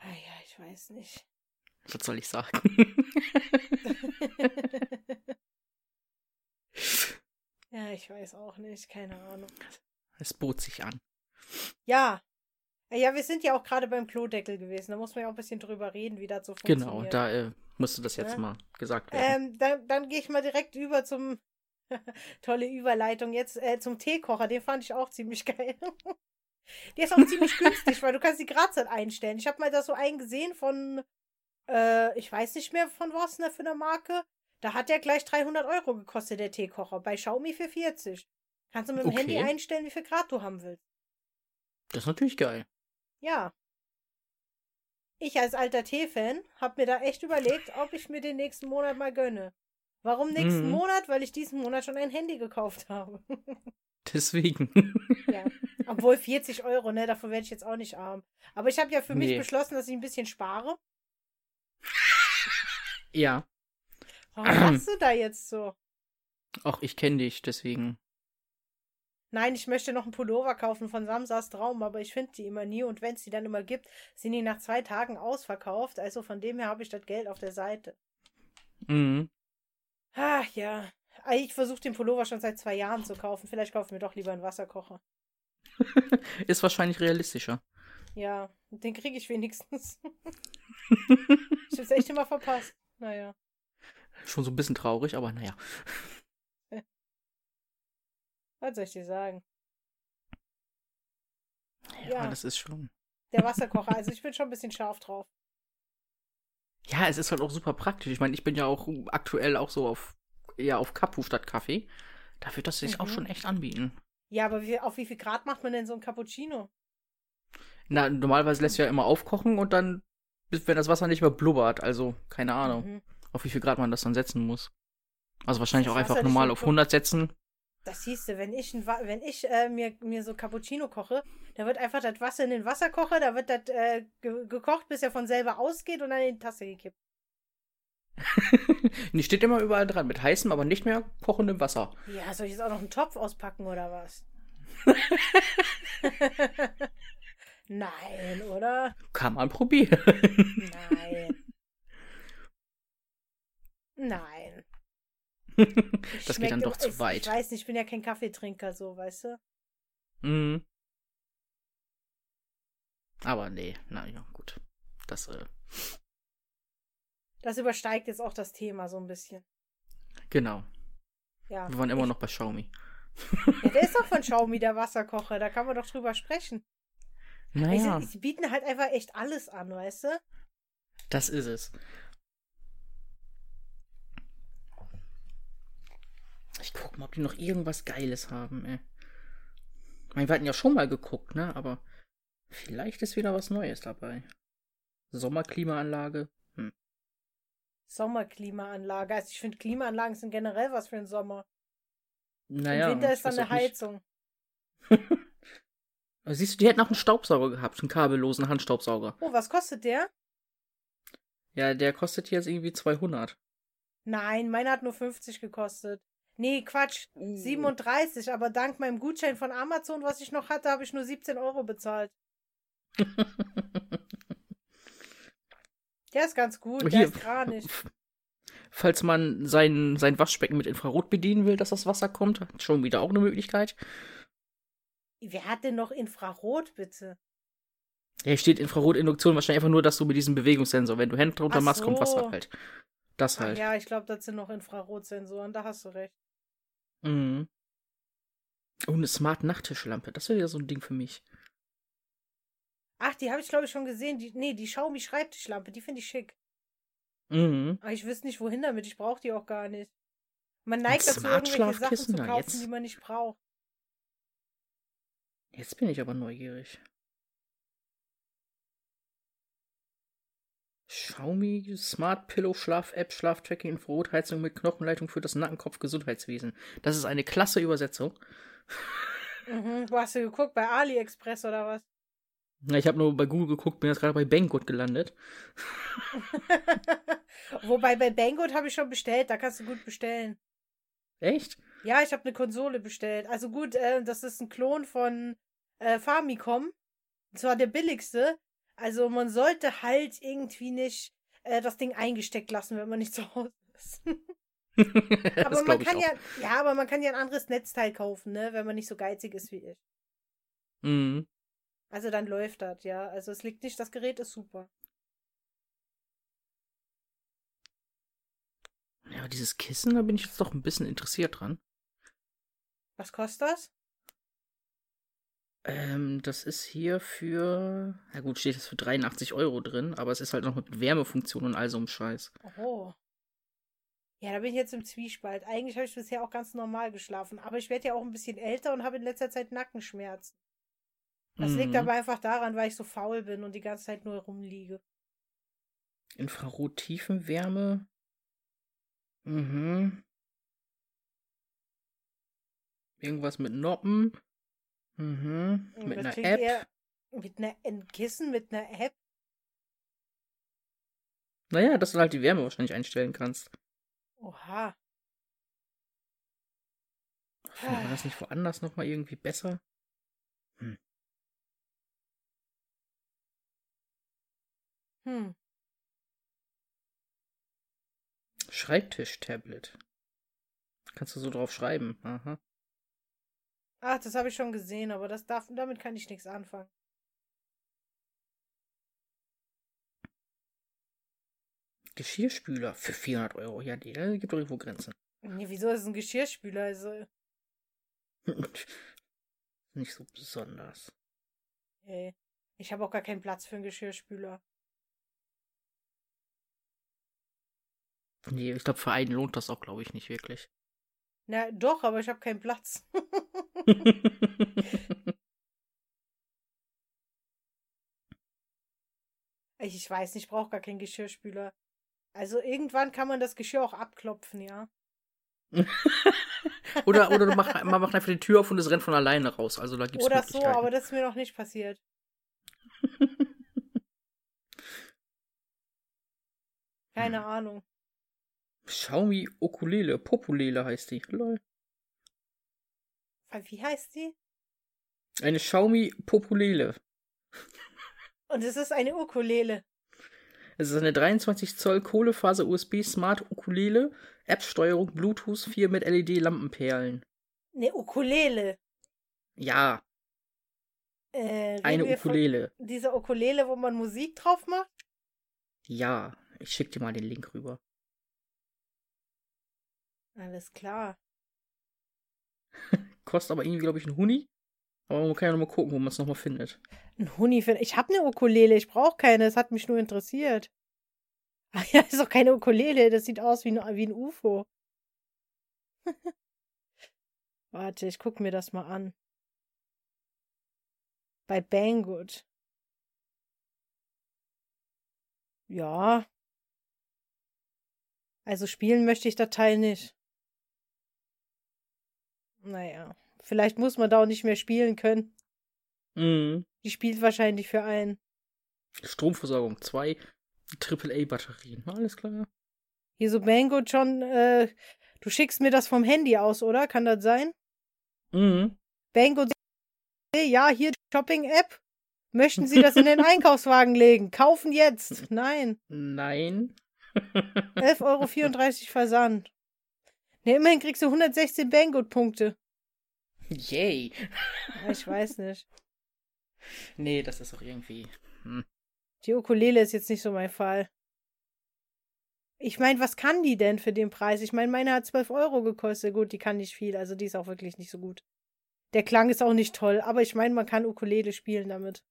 Speaker 2: Ah ja, ich weiß nicht.
Speaker 1: Was soll ich sagen?
Speaker 2: ja, ich weiß auch nicht, keine Ahnung.
Speaker 1: Es bot sich an.
Speaker 2: Ja. Ja, wir sind ja auch gerade beim Klodeckel gewesen. Da muss man ja auch ein bisschen drüber reden, wie das so funktioniert.
Speaker 1: Genau, da äh, musste das jetzt
Speaker 2: Ja.
Speaker 1: mal gesagt werden.
Speaker 2: Ähm, dann dann gehe ich mal direkt über zum. Tolle Überleitung jetzt äh, zum Teekocher. Den fand ich auch ziemlich geil. Der ist auch ziemlich günstig, weil du kannst die Gradzeit einstellen. Ich habe mal da so einen gesehen von, äh, ich weiß nicht mehr von was ne, für eine Marke. Da hat der gleich 300 Euro gekostet, der Teekocher. Bei Xiaomi für 40. Kannst du mit dem
Speaker 1: Okay.
Speaker 2: Handy einstellen, wie viel Grad du haben willst.
Speaker 1: das ist natürlich geil.
Speaker 2: Ja. Ich als alter Tee-Fan habe mir da echt überlegt, ob ich mir den nächsten Monat mal gönne. Warum nächsten
Speaker 1: Mhm.
Speaker 2: Monat? Weil ich diesen Monat schon ein Handy gekauft habe.
Speaker 1: Deswegen.
Speaker 2: ja. Obwohl 40 Euro, ne? Davon werde ich jetzt auch nicht arm. Aber ich habe ja für mich
Speaker 1: Nee.
Speaker 2: beschlossen, dass ich ein bisschen spare.
Speaker 1: ja.
Speaker 2: Warum machst du da jetzt so?
Speaker 1: Auch ich kenne dich, deswegen.
Speaker 2: Nein, ich möchte noch einen Pullover kaufen von Samsas Traum, aber ich finde die immer nie und wenn es die dann immer gibt, sind die nach zwei Tagen ausverkauft. Also von dem her habe ich das Geld auf der Seite.
Speaker 1: Mhm.
Speaker 2: Ach ja. Ah, Ich versuche den Pullover schon seit zwei Jahren zu kaufen. Vielleicht kaufe ich mir doch lieber einen Wasserkocher.
Speaker 1: Ist wahrscheinlich realistischer.
Speaker 2: Ja, den kriege ich wenigstens. ich hab's echt immer verpasst. Naja.
Speaker 1: Schon so ein bisschen traurig, aber naja.
Speaker 2: Was soll ich dir sagen?
Speaker 1: Ja,
Speaker 2: Ja.
Speaker 1: das ist schon.
Speaker 2: Der Wasserkocher, also ich bin schon ein bisschen scharf drauf.
Speaker 1: Ja, es ist halt auch super praktisch. Ich meine, ich bin ja auch aktuell auch so auf eher auf Kapu statt Kaffee. Da wird das sich auch
Speaker 2: Mhm.
Speaker 1: schon echt anbieten.
Speaker 2: Ja, aber wie, auf wie viel Grad macht man denn so ein Cappuccino?
Speaker 1: Na, normalerweise lässt du ja immer aufkochen und dann, bis- wenn das Wasser nicht mehr blubbert, also keine Ahnung,
Speaker 2: Mhm.
Speaker 1: auf wie viel Grad man das dann setzen muss. Also wahrscheinlich
Speaker 2: Das
Speaker 1: auch
Speaker 2: Wasser
Speaker 1: einfach
Speaker 2: nicht
Speaker 1: normal
Speaker 2: mehr
Speaker 1: auf
Speaker 2: blub-
Speaker 1: 100 setzen.
Speaker 2: Das siehst du, wenn ich, ein Wa- wenn ich äh, mir, mir so Cappuccino koche, da wird einfach das Wasser in den Wasserkocher, da wird das äh, ge gekocht, bis er von selber ausgeht und dann in die Tasse gekippt.
Speaker 1: Und die steht immer überall dran, mit heißem, aber nicht mehr kochendem Wasser.
Speaker 2: Ja, soll ich jetzt auch noch einen Topf auspacken oder was? Nein, oder?
Speaker 1: Kann man probieren.
Speaker 2: Nein. Nein.
Speaker 1: Das geht dann
Speaker 2: Schmeckt
Speaker 1: doch
Speaker 2: immer-
Speaker 1: zu
Speaker 2: ich,
Speaker 1: weit.
Speaker 2: Ich weiß nicht, ich bin ja kein Kaffeetrinker, so, weißt du?
Speaker 1: Mhm. Aber nee, naja, gut. Das, äh,
Speaker 2: Das übersteigt jetzt auch das Thema so ein bisschen.
Speaker 1: genau.
Speaker 2: Ja.
Speaker 1: Wir waren immer noch bei Xiaomi.
Speaker 2: ja der ist doch von Xiaomi, der Wasserkocher. Da kann man doch drüber sprechen.
Speaker 1: Naja,
Speaker 2: Die, die bieten halt einfach echt alles an, weißt du?
Speaker 1: das ist es. Ich guck mal, ob die noch irgendwas Geiles haben, ey. Ich meine, wir hatten ja schon mal geguckt, ne? Aber vielleicht ist wieder was Neues dabei. Sommerklimaanlage.
Speaker 2: Sommerklimaanlage. Also ich finde, Klimaanlagen sind generell was für den Sommer.
Speaker 1: Naja.
Speaker 2: Im Winter
Speaker 1: ich
Speaker 2: ist dann
Speaker 1: weiß
Speaker 2: eine
Speaker 1: auch nicht.
Speaker 2: Heizung.
Speaker 1: Siehst du, die hätten auch einen Staubsauger gehabt, einen kabellosen Handstaubsauger.
Speaker 2: Oh, was kostet der?
Speaker 1: Ja, der kostet jetzt irgendwie 200.
Speaker 2: Nein, meiner hat nur 50 gekostet. Nee, Quatsch.
Speaker 1: Mm.
Speaker 2: 37, aber dank meinem Gutschein von Amazon, was ich noch hatte, habe ich nur 17 Euro bezahlt. Der ist ganz gut, der
Speaker 1: Hier.
Speaker 2: ist gar nicht.
Speaker 1: Falls man sein, sein Waschbecken mit Infrarot bedienen will, dass das Wasser kommt, hat schon wieder auch eine Möglichkeit.
Speaker 2: Wer hat denn noch Infrarot, bitte?
Speaker 1: Ja, hier steht Infrarotinduktion wahrscheinlich einfach nur, dass du mit diesem Bewegungssensor, wenn du Hände drunter
Speaker 2: Ach
Speaker 1: machst, kommt Wasser
Speaker 2: so.
Speaker 1: halt. Das
Speaker 2: Ach
Speaker 1: halt.
Speaker 2: ja, ich glaube, das sind noch Infrarotsensoren, da hast du recht.
Speaker 1: Mhm. Und eine smart Nachttischlampe, das wäre ja so ein Ding für mich.
Speaker 2: Ach, die habe ich, glaube ich, schon gesehen. Die, nee, die Xiaomi-Schreibtischlampe, die finde ich schick.
Speaker 1: Mhm.
Speaker 2: Aber ich wüsste nicht, wohin damit. Ich brauche die auch gar nicht. Man neigt
Speaker 1: Ein
Speaker 2: dazu, irgendwelche Sachen
Speaker 1: Smart-Schlafkissen,
Speaker 2: zu
Speaker 1: na,
Speaker 2: kaufen,
Speaker 1: jetzt.
Speaker 2: die man nicht braucht.
Speaker 1: Jetzt bin ich aber neugierig. Xiaomi Smart Pillow Schlaf App Schlaftracking Infrarotheizung mit Knochenleitung für das Nackenkopf Gesundheitswesen. Das ist eine klasse Übersetzung.
Speaker 2: Mhm, wo hast du geguckt? Bei AliExpress oder was?
Speaker 1: Na, Ich habe nur bei Google geguckt, bin jetzt gerade bei Banggood gelandet.
Speaker 2: Wobei bei Banggood habe ich schon bestellt, da kannst du gut bestellen.
Speaker 1: Echt?
Speaker 2: Ja, ich habe eine Konsole bestellt. Also gut, äh, das ist ein Klon von äh, Famicom. Und zwar der billigste. Also man sollte halt irgendwie nicht äh, das Ding eingesteckt lassen, wenn man nicht zu Hause ist. aber
Speaker 1: das
Speaker 2: man
Speaker 1: glaube ich
Speaker 2: kann
Speaker 1: auch.
Speaker 2: ja, ja, aber man kann ja ein anderes Netzteil kaufen, ne, wenn man nicht so geizig ist wie ich.
Speaker 1: Mhm.
Speaker 2: Also dann läuft das, ja. Also es liegt nicht, das Gerät ist super.
Speaker 1: Ja, aber dieses Kissen, da bin ich jetzt doch ein bisschen interessiert dran.
Speaker 2: Was kostet das?
Speaker 1: Ähm, das ist hier für. Na gut, steht jetzt für 83 Euro drin, aber es ist halt noch mit Wärmefunktion und all so einem Scheiß.
Speaker 2: Oh. Ja, da bin ich jetzt im Zwiespalt. Eigentlich habe ich bisher auch ganz normal geschlafen, aber ich werde ja auch ein bisschen älter und habe in letzter Zeit Nackenschmerzen. Das liegt
Speaker 1: Mhm.
Speaker 2: aber einfach daran, weil ich so faul bin und die ganze Zeit nur rumliege.
Speaker 1: Infrarot-Tiefenwärme. Mhm. Irgendwas mit Noppen. Mhm.
Speaker 2: Mhm,
Speaker 1: Mit
Speaker 2: das
Speaker 1: einer
Speaker 2: klingt
Speaker 1: App.
Speaker 2: eher- Mit einer ein Kissen, mit einer App.
Speaker 1: Naja, dass du halt die Wärme wahrscheinlich einstellen kannst.
Speaker 2: Oha.
Speaker 1: Findet
Speaker 2: Ah.
Speaker 1: man das nicht woanders nochmal irgendwie besser?
Speaker 2: Hm.
Speaker 1: Schreibtisch-Tablet. Kannst du so drauf schreiben. Aha.
Speaker 2: Ach, das habe ich schon gesehen, aber das darf, damit kann ich nichts anfangen.
Speaker 1: Geschirrspüler für 400 Euro. Ja, die da gibt doch irgendwo Grenzen.
Speaker 2: Nee, wieso ist es ein Geschirrspüler? Also,
Speaker 1: Nicht so besonders.
Speaker 2: ey. Ich habe auch gar keinen Platz für einen Geschirrspüler.
Speaker 1: Nee, ich glaube, für einen lohnt das auch, glaube ich, nicht wirklich.
Speaker 2: Na, doch, aber ich habe keinen Platz. Ich ich weiß nicht, ich brauche gar keinen Geschirrspüler. Also irgendwann kann man das Geschirr auch abklopfen, ja.
Speaker 1: oder oder du mach, man macht einfach die Tür auf und es rennt von alleine raus. Also da gibt's
Speaker 2: Oder so,
Speaker 1: Möglichkeiten.
Speaker 2: aber das ist mir noch nicht passiert. Keine
Speaker 1: Hm.
Speaker 2: Ahnung.
Speaker 1: Xiaomi Okulele, Populele heißt die. Lol.
Speaker 2: Wie heißt die?
Speaker 1: Eine Xiaomi Populele.
Speaker 2: Und es ist eine Ukulele.
Speaker 1: Es ist eine 23 Zoll Kohlefaser USB Smart Ukulele, App-Steuerung, Bluetooth 4 mit E LED-Lampenperlen.
Speaker 2: Eine Ukulele.
Speaker 1: Ja,
Speaker 2: Äh, reden
Speaker 1: eine
Speaker 2: wir von
Speaker 1: Ukulele.
Speaker 2: Dieser Ukulele, wo man Musik drauf macht?
Speaker 1: Ja, ich schick dir mal den Link rüber.
Speaker 2: Alles klar.
Speaker 1: Kostet aber irgendwie, glaube ich, einen Huni. Aber man kann ja nochmal gucken, wo man es nochmal findet.
Speaker 2: Ein Huni für. Ich habe eine Ukulele, ich brauche keine, es hat mich nur interessiert. Ach ja, ist doch keine Ukulele, das sieht aus wie ein, wie ein UFO. Warte, ich guck mir das mal an. Bei Banggood. Ja. Also spielen möchte ich das Teil nicht. Naja, vielleicht muss man da auch nicht mehr spielen können.
Speaker 1: Mhm.
Speaker 2: Die spielt wahrscheinlich für einen.
Speaker 1: Stromversorgung, zwei AAA-Batterien. Alles klar.
Speaker 2: Hier so Mango John, äh, du schickst mir das vom Handy aus, oder? Kann das sein?
Speaker 1: Mhm.
Speaker 2: Bango, ja, hier Shopping-App. Möchten Sie das in den Einkaufswagen legen? Kaufen jetzt. Nein.
Speaker 1: Nein.
Speaker 2: 11,34 Euro Versand. Ne, immerhin kriegst du 116 Banggood-Punkte.
Speaker 1: Yay.
Speaker 2: Ja, Ich weiß nicht.
Speaker 1: Nee, das ist doch irgendwie.
Speaker 2: Die Ukulele ist jetzt nicht so mein Fall. Ich meine, was kann die denn für den Preis? Ich meine, meine hat 12 Euro gekostet. Gut, die kann nicht viel, also die ist auch wirklich nicht so gut. Der Klang ist auch nicht toll, aber ich meine, man kann Ukulele spielen damit.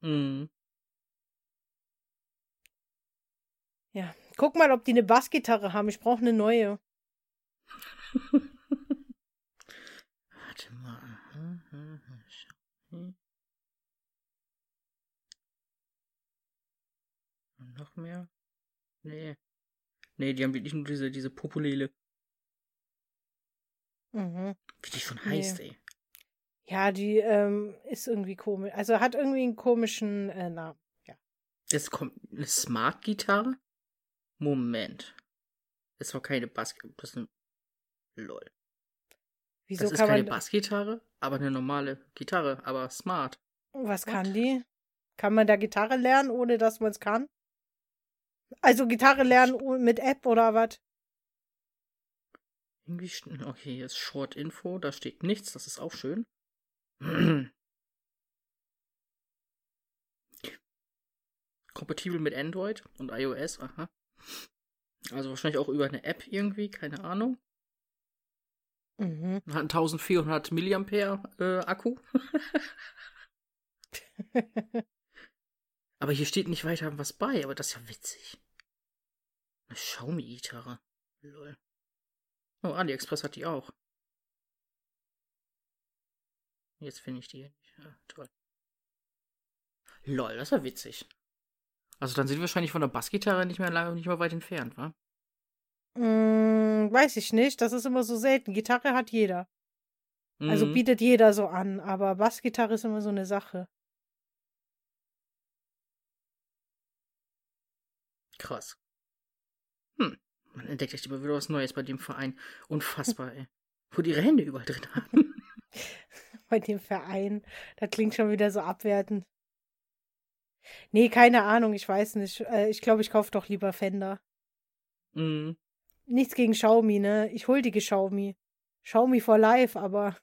Speaker 1: Mhm.
Speaker 2: Ja. Guck mal, ob die eine Bassgitarre haben. Ich brauche eine neue.
Speaker 1: Warte mal. Und noch mehr? Nee. Nee, die haben wirklich nur diese, diese Populele.
Speaker 2: Mhm.
Speaker 1: Wie die schon
Speaker 2: Nee.
Speaker 1: heißt, ey.
Speaker 2: Ja, die ähm, ist irgendwie komisch. Also hat irgendwie einen komischen äh, Namen.
Speaker 1: Es kommt eine Smart-Gitarre? Moment. Es war keine Bass... Das ist ein... Lol.
Speaker 2: Wieso
Speaker 1: Das ist
Speaker 2: kann
Speaker 1: keine
Speaker 2: man.
Speaker 1: Bassgitarre, aber eine normale Gitarre, aber smart.
Speaker 2: Was
Speaker 1: What?
Speaker 2: kann die? Kann man da Gitarre lernen, ohne dass man es kann? Also Gitarre lernen oh- mit App oder was?
Speaker 1: Irgendwie, st- okay, hier ist Short Info, da steht nichts, das ist auch schön. Kompatibel mit Android und iOS, aha. Also wahrscheinlich auch über eine App irgendwie, keine Ahnung.
Speaker 2: Mhm.
Speaker 1: Hat einen 1400 Milliampere äh, Akku. aber hier steht nicht weiter was bei, aber das ist ja witzig. Eine Xiaomi-Gitarre. Lol. Oh, AliExpress hat die auch. Jetzt finde ich die hier nicht. Ja, toll. Lol, das ist ja witzig. Also dann sind wir wahrscheinlich von der Bassgitarre nicht mehr lange, nicht mehr weit entfernt, wa?
Speaker 2: Mm, weiß ich nicht, das ist immer so selten. Gitarre hat jeder. Also
Speaker 1: Mhm.
Speaker 2: bietet jeder so an, aber Bassgitarre ist immer so eine Sache.
Speaker 1: Krass. Hm. Man entdeckt echt immer wieder was Neues bei dem Verein. Unfassbar, ey. Wo die ihre Hände überall drin haben.
Speaker 2: Bei dem Verein, das klingt schon wieder so abwertend. Nee, keine Ahnung, ich weiß nicht. Äh, Ich glaube, ich kaufe doch lieber Fender.
Speaker 1: Mhm.
Speaker 2: Nichts gegen Xiaomi, ne? Ich hol die ge- Xiaomi. Xiaomi for life, aber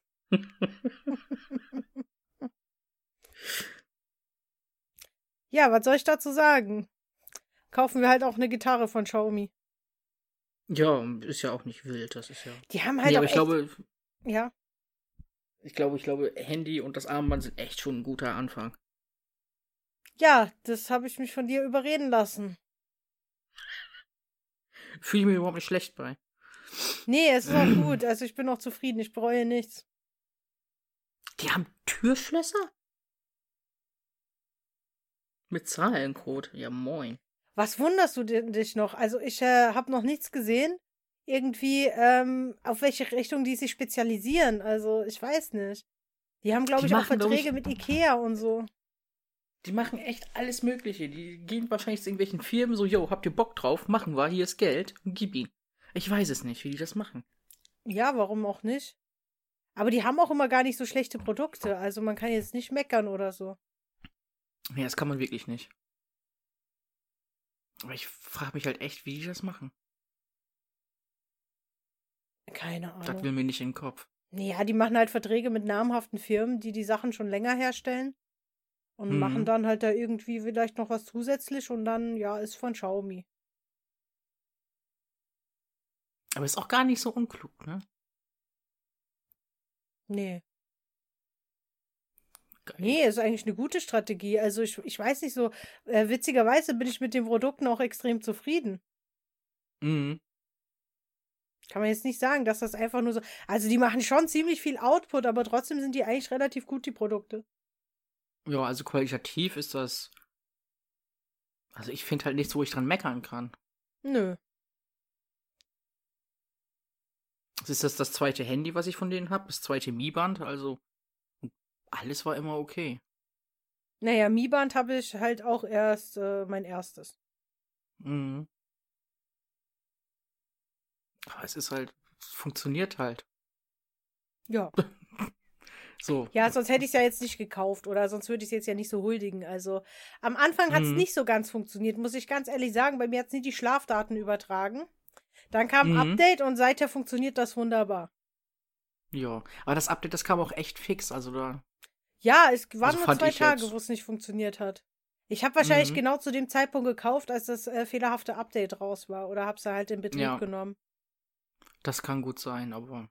Speaker 2: ja, was soll ich dazu sagen? Kaufen wir halt auch eine Gitarre von Xiaomi.
Speaker 1: ja, ist ja auch nicht wild, das ist ja.
Speaker 2: Die haben halt
Speaker 1: Nee,
Speaker 2: auch
Speaker 1: aber ich
Speaker 2: echt,
Speaker 1: glaube,
Speaker 2: ja.
Speaker 1: ich glaube, ich glaube, Handy und das Armband sind echt schon ein guter Anfang.
Speaker 2: Ja, das habe ich mich von dir überreden lassen.
Speaker 1: Fühle ich mich überhaupt nicht schlecht bei.
Speaker 2: Nee, es ist auch gut. Also ich bin auch zufrieden. Ich bereue nichts.
Speaker 1: Die haben Türschlösser? Mit Zahlencode. Ja, moin.
Speaker 2: Was wunderst du denn- dich noch? Also ich äh, habe noch nichts gesehen. Irgendwie, ähm, auf welche Richtung die sich spezialisieren. Also ich weiß nicht. Die haben, glaube
Speaker 1: Die
Speaker 2: ich, auch
Speaker 1: machen, glaub ich-
Speaker 2: Verträge mit Ikea und so.
Speaker 1: Die machen echt alles Mögliche. Die gehen wahrscheinlich zu irgendwelchen Firmen so, yo, habt ihr Bock drauf? Machen wir, hier ist Geld, gib ihn. Ich weiß es nicht, wie die das machen.
Speaker 2: Ja, warum auch nicht? Aber die haben auch immer gar nicht so schlechte Produkte. Also man kann jetzt nicht meckern oder so.
Speaker 1: Ja, das kann man wirklich nicht. Aber ich frage mich halt echt, wie die das machen.
Speaker 2: Keine
Speaker 1: Das
Speaker 2: Ahnung.
Speaker 1: will mir nicht in den Kopf.
Speaker 2: Ja, die machen halt Verträge mit namhaften Firmen, die die Sachen schon länger herstellen und
Speaker 1: Mhm.
Speaker 2: machen dann halt da irgendwie vielleicht noch was zusätzlich und dann, ja, ist von Xiaomi.
Speaker 1: Aber ist auch gar nicht so unklug, ne?
Speaker 2: Nee.
Speaker 1: Geil.
Speaker 2: Nee, ist eigentlich eine gute Strategie. Also ich, ich weiß nicht so, äh, witzigerweise bin ich mit den Produkten auch extrem zufrieden.
Speaker 1: Mhm.
Speaker 2: Kann man jetzt nicht sagen, dass das einfach nur so. Also die machen schon ziemlich viel Output, aber trotzdem sind die eigentlich relativ gut, die Produkte.
Speaker 1: Ja, also qualitativ ist das. Also ich finde halt nichts, wo ich dran meckern kann.
Speaker 2: Nö.
Speaker 1: Es ist das das zweite Handy, was ich von denen habe, das zweite Mi-Band, also alles war immer okay.
Speaker 2: Naja, Mi-Band habe ich halt auch erst äh, mein erstes.
Speaker 1: Mhm. Aber es ist halt, es funktioniert halt.
Speaker 2: Ja.
Speaker 1: So.
Speaker 2: Ja, sonst hätte ich es ja jetzt nicht gekauft oder sonst würde ich es jetzt ja nicht so huldigen. Also am Anfang hat es
Speaker 1: Mhm.
Speaker 2: nicht so ganz funktioniert, muss ich ganz ehrlich sagen. Bei mir hat es nie die Schlafdaten übertragen. Dann kam ein
Speaker 1: Mhm.
Speaker 2: Update und seither funktioniert das wunderbar.
Speaker 1: Ja. Aber das Update, das kam auch echt fix, also da.
Speaker 2: Ja, es waren
Speaker 1: Also
Speaker 2: nur
Speaker 1: fand
Speaker 2: zwei
Speaker 1: ich
Speaker 2: Tage,
Speaker 1: jetzt.
Speaker 2: wo es nicht funktioniert hat. Ich habe wahrscheinlich
Speaker 1: Mhm.
Speaker 2: genau zu dem Zeitpunkt gekauft, als das äh, fehlerhafte Update raus war oder habe es halt in Betrieb
Speaker 1: Ja.
Speaker 2: genommen.
Speaker 1: Das kann gut sein, aber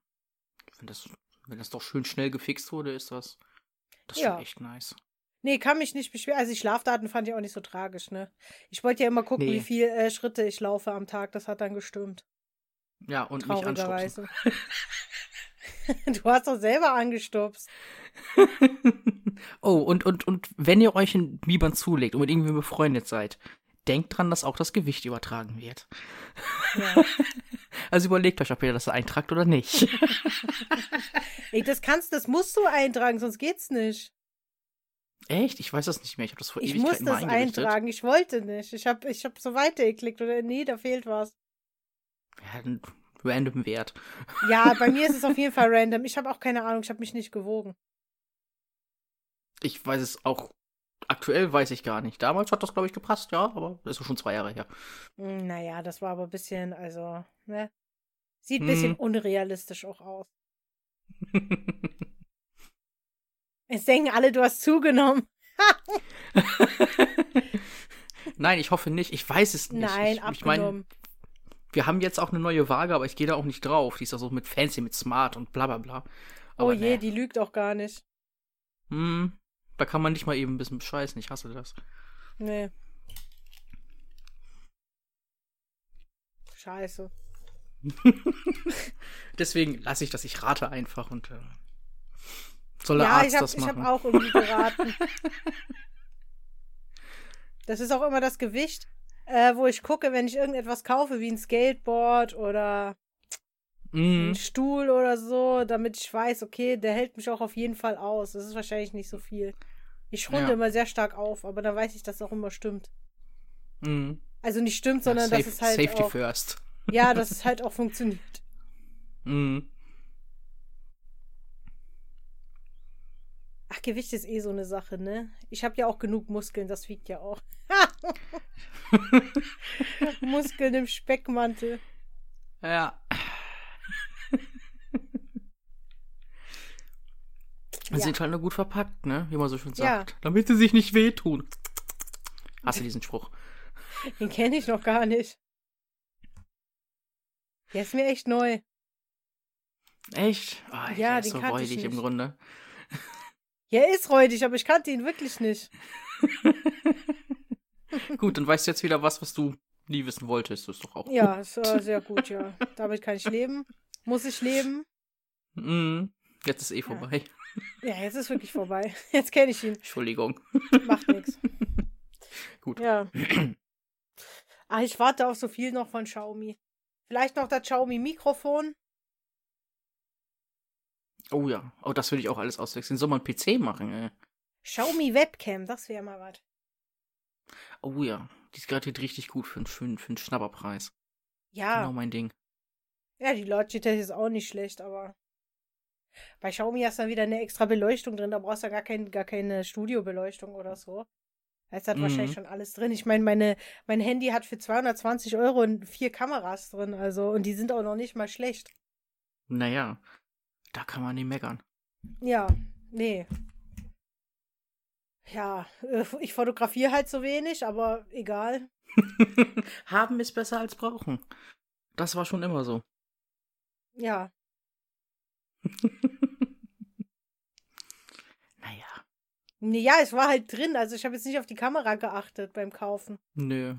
Speaker 1: wenn das, wenn das doch schön schnell gefixt wurde, ist das, das
Speaker 2: Ja.
Speaker 1: schon echt nice.
Speaker 2: Nee, kann mich nicht beschweren. Also die Schlafdaten fand ich auch nicht so tragisch, ne? Ich wollte ja immer gucken,
Speaker 1: Nee.
Speaker 2: wie viel äh, Schritte ich laufe am Tag. Das hat dann gestimmt.
Speaker 1: Ja, und mich anstupsen.
Speaker 2: Traurigerweise. du hast doch selber angestupst.
Speaker 1: oh, und, und, und wenn ihr euch in Bibern zulegt und mit irgendwem befreundet seid, denkt dran, dass auch das Gewicht übertragen wird.
Speaker 2: Ja.
Speaker 1: Also überlegt euch, ob ihr das eintragt oder nicht.
Speaker 2: Ey, das kannst, das musst du eintragen, sonst geht's nicht.
Speaker 1: Echt? Ich weiß das nicht mehr. Ich habe das vor
Speaker 2: Ich muss
Speaker 1: Ewigkeiten
Speaker 2: das
Speaker 1: mal eingerichtet.
Speaker 2: eintragen. Ich wollte nicht. Ich habe ich hab so weitergeklickt oder nee, da fehlt was.
Speaker 1: Ja, ein random Wert.
Speaker 2: Ja, bei mir ist es auf jeden Fall random. Ich habe auch keine Ahnung, ich habe mich nicht gewogen.
Speaker 1: Ich weiß es auch. Aktuell weiß ich gar nicht. Damals hat das, glaube ich, gepasst, ja, aber das ist schon zwei Jahre her.
Speaker 2: Hm, Naja, das war aber ein bisschen, also, ne? Sieht ein
Speaker 1: Hm.
Speaker 2: bisschen unrealistisch auch aus. Jetzt denken alle, du hast zugenommen.
Speaker 1: Nein, ich hoffe nicht. Ich weiß es nicht.
Speaker 2: Nein,
Speaker 1: ich, Ich meine,
Speaker 2: abgenommen.
Speaker 1: wir haben jetzt auch eine neue Waage, aber ich gehe da auch nicht drauf. Die ist ja so mit Fancy, mit Smart und bla bla bla.
Speaker 2: oh
Speaker 1: Aber
Speaker 2: je,
Speaker 1: nee.
Speaker 2: die lügt auch gar nicht.
Speaker 1: Hm, da kann man nicht mal eben ein bisschen scheißen. Ich hasse das.
Speaker 2: Nee. Scheiße.
Speaker 1: Deswegen lasse ich das. Ich rate einfach und äh, soll der
Speaker 2: ja,
Speaker 1: Arzt
Speaker 2: ich habe
Speaker 1: das machen.
Speaker 2: hab auch irgendwie geraten. das ist auch immer das Gewicht, äh, wo ich gucke, wenn ich irgendetwas kaufe, wie ein Skateboard oder
Speaker 1: Mhm.
Speaker 2: einen Stuhl oder so, damit ich weiß, okay, der hält mich auch auf jeden Fall aus. Das ist wahrscheinlich nicht so viel. Ich runde
Speaker 1: Ja.
Speaker 2: immer sehr stark auf, aber dann weiß ich, dass es auch immer stimmt.
Speaker 1: Mhm.
Speaker 2: Also nicht stimmt, sondern
Speaker 1: ja, safe,
Speaker 2: dass es halt
Speaker 1: Safety
Speaker 2: auch,
Speaker 1: first.
Speaker 2: ja, dass es halt auch funktioniert.
Speaker 1: Mhm.
Speaker 2: Ach, Gewicht ist eh so eine Sache, ne? Ich habe ja auch genug Muskeln, das wiegt ja auch. Muskeln im Speckmantel.
Speaker 1: Ja.
Speaker 2: Ja.
Speaker 1: Sie sind halt nur gut verpackt, ne? Wie man so schön
Speaker 2: Ja.
Speaker 1: sagt. Damit sie sich nicht wehtun. Hast du diesen Spruch?
Speaker 2: Den kenne ich noch gar nicht. Der ist mir echt neu.
Speaker 1: Echt? Ah,
Speaker 2: Ja,
Speaker 1: der ist
Speaker 2: den
Speaker 1: so
Speaker 2: kannte ich
Speaker 1: räudig im
Speaker 2: nicht.
Speaker 1: Grunde.
Speaker 2: Ja, ist räudig, aber ich kannte ihn wirklich nicht.
Speaker 1: Gut, dann weißt du jetzt wieder was, was du nie wissen wolltest. Das ist doch auch
Speaker 2: Ja, ist äh, sehr gut, ja. Damit kann ich leben. Muss ich leben?
Speaker 1: gut. Mhm. Jetzt ist eh vorbei.
Speaker 2: Ja, jetzt ist wirklich vorbei. Jetzt kenne ich ihn.
Speaker 1: Entschuldigung.
Speaker 2: Macht nichts.
Speaker 1: Gut.
Speaker 2: Ja. Ah, ich warte auf so viel noch von Xiaomi. Vielleicht noch das Xiaomi-Mikrofon.
Speaker 1: Oh ja. Oh, das würde ich auch alles auswechseln. Soll man einen PC machen, ey?
Speaker 2: Xiaomi-Webcam, das wäre mal was.
Speaker 1: Oh ja. Die ist gerade richtig gut für einen schönen, für einen Schnapperpreis.
Speaker 2: Ja.
Speaker 1: Genau mein Ding.
Speaker 2: Ja, die Logitech ist auch nicht schlecht, aber bei Xiaomi hast du dann wieder eine extra Beleuchtung drin, da brauchst du ja gar, kein, gar keine Studiobeleuchtung oder so. Es hat wahrscheinlich schon alles drin. Ich meine, meine, mein Handy hat für 220 Euro und vier Kameras drin, also, und die sind auch noch nicht mal schlecht.
Speaker 1: Naja, da kann man nicht meckern.
Speaker 2: Ja, nee. Ja, äh, ich fotografiere halt so wenig, aber egal.
Speaker 1: Haben ist besser als brauchen. Das war schon immer so.
Speaker 2: Ja,
Speaker 1: Naja,
Speaker 2: Nee, ja, es war halt drin. Also ich habe jetzt nicht auf die Kamera geachtet beim Kaufen.
Speaker 1: nö.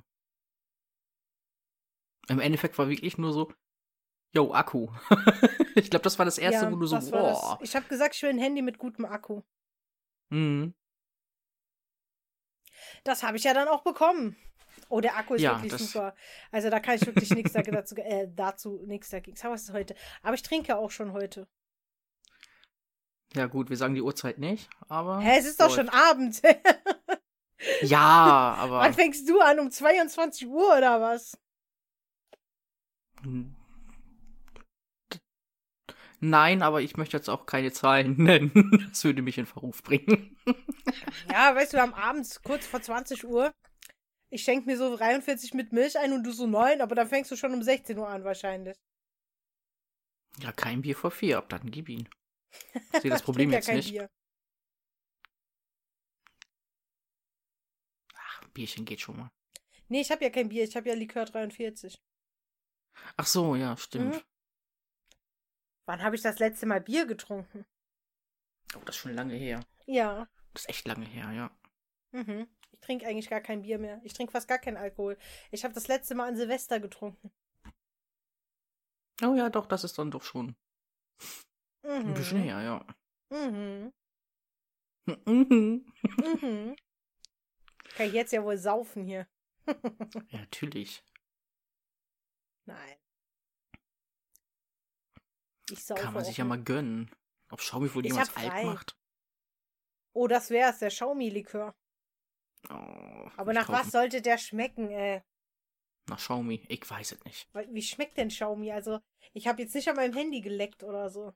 Speaker 1: Im Endeffekt war wirklich nur so, yo, Akku. ich glaube, das war das erste,
Speaker 2: ja,
Speaker 1: wo du so,
Speaker 2: das war das. E-
Speaker 1: boah.
Speaker 2: Ich habe gesagt, ich will ein Handy mit gutem Akku.
Speaker 1: Mhm.
Speaker 2: Das habe ich ja dann auch bekommen. Oh, der Akku ist
Speaker 1: Ja,
Speaker 2: wirklich
Speaker 1: das-
Speaker 2: super. Also da kann ich wirklich nichts dagegen- dazu, äh, dazu nichts dagegen. sagen, Was ist heute? Aber ich trinke auch schon heute.
Speaker 1: Ja, gut, wir sagen die Uhrzeit nicht, aber.
Speaker 2: Hä, es ist doch
Speaker 1: läuft.
Speaker 2: schon Abend.
Speaker 1: Ja,
Speaker 2: Wann
Speaker 1: aber.
Speaker 2: fängst du an? Um 22 Uhr oder was?
Speaker 1: Nein, aber ich möchte jetzt auch keine Zahlen nennen. Das würde mich in Verruf bringen.
Speaker 2: Ja, weißt du, am Abend kurz vor 20 Uhr. Ich schenke mir so 43 mit Milch ein und du so 9, aber dann fängst du schon um 16 Uhr an wahrscheinlich.
Speaker 1: Ja, kein Bier vor vier, ab dann gib ihn. Ich sehe das
Speaker 2: Ich
Speaker 1: Problem
Speaker 2: trink ja
Speaker 1: jetzt
Speaker 2: kein
Speaker 1: nicht.
Speaker 2: Bier.
Speaker 1: Ach, ein Bierchen geht schon mal.
Speaker 2: Nee, ich habe ja kein Bier, ich habe ja Likör 43.
Speaker 1: Ach so, ja, stimmt.
Speaker 2: Mhm. Wann habe ich das letzte Mal Bier getrunken?
Speaker 1: Oh, das ist schon lange her.
Speaker 2: Ja.
Speaker 1: Das ist echt lange her, ja.
Speaker 2: Mhm. Ich trinke eigentlich gar kein Bier mehr. Ich trinke fast gar keinen Alkohol. Ich habe das letzte Mal an Silvester getrunken.
Speaker 1: Oh ja, doch, das ist dann doch schon
Speaker 2: Mhm.
Speaker 1: ein bisschen her, ja.
Speaker 2: Mhm.
Speaker 1: Mhm.
Speaker 2: Mhm. Kann ich jetzt ja wohl saufen hier.
Speaker 1: Ja, natürlich.
Speaker 2: Nein. Ich saufe.
Speaker 1: Kann man sich
Speaker 2: auch
Speaker 1: ja
Speaker 2: nicht.
Speaker 1: mal gönnen. Ob Schaumi wohl
Speaker 2: Ich
Speaker 1: jemals
Speaker 2: hab frei.
Speaker 1: alt macht?
Speaker 2: Oh, das wär's, der Xiaomi-Likör.
Speaker 1: Oh,
Speaker 2: Aber
Speaker 1: ich
Speaker 2: nach
Speaker 1: kaufe-
Speaker 2: was sollte der schmecken, ey?
Speaker 1: Nach Schaumi. Ich weiß es nicht.
Speaker 2: Weil- Wie schmeckt denn Xiaomi? Also, ich habe jetzt nicht an meinem Handy geleckt oder so.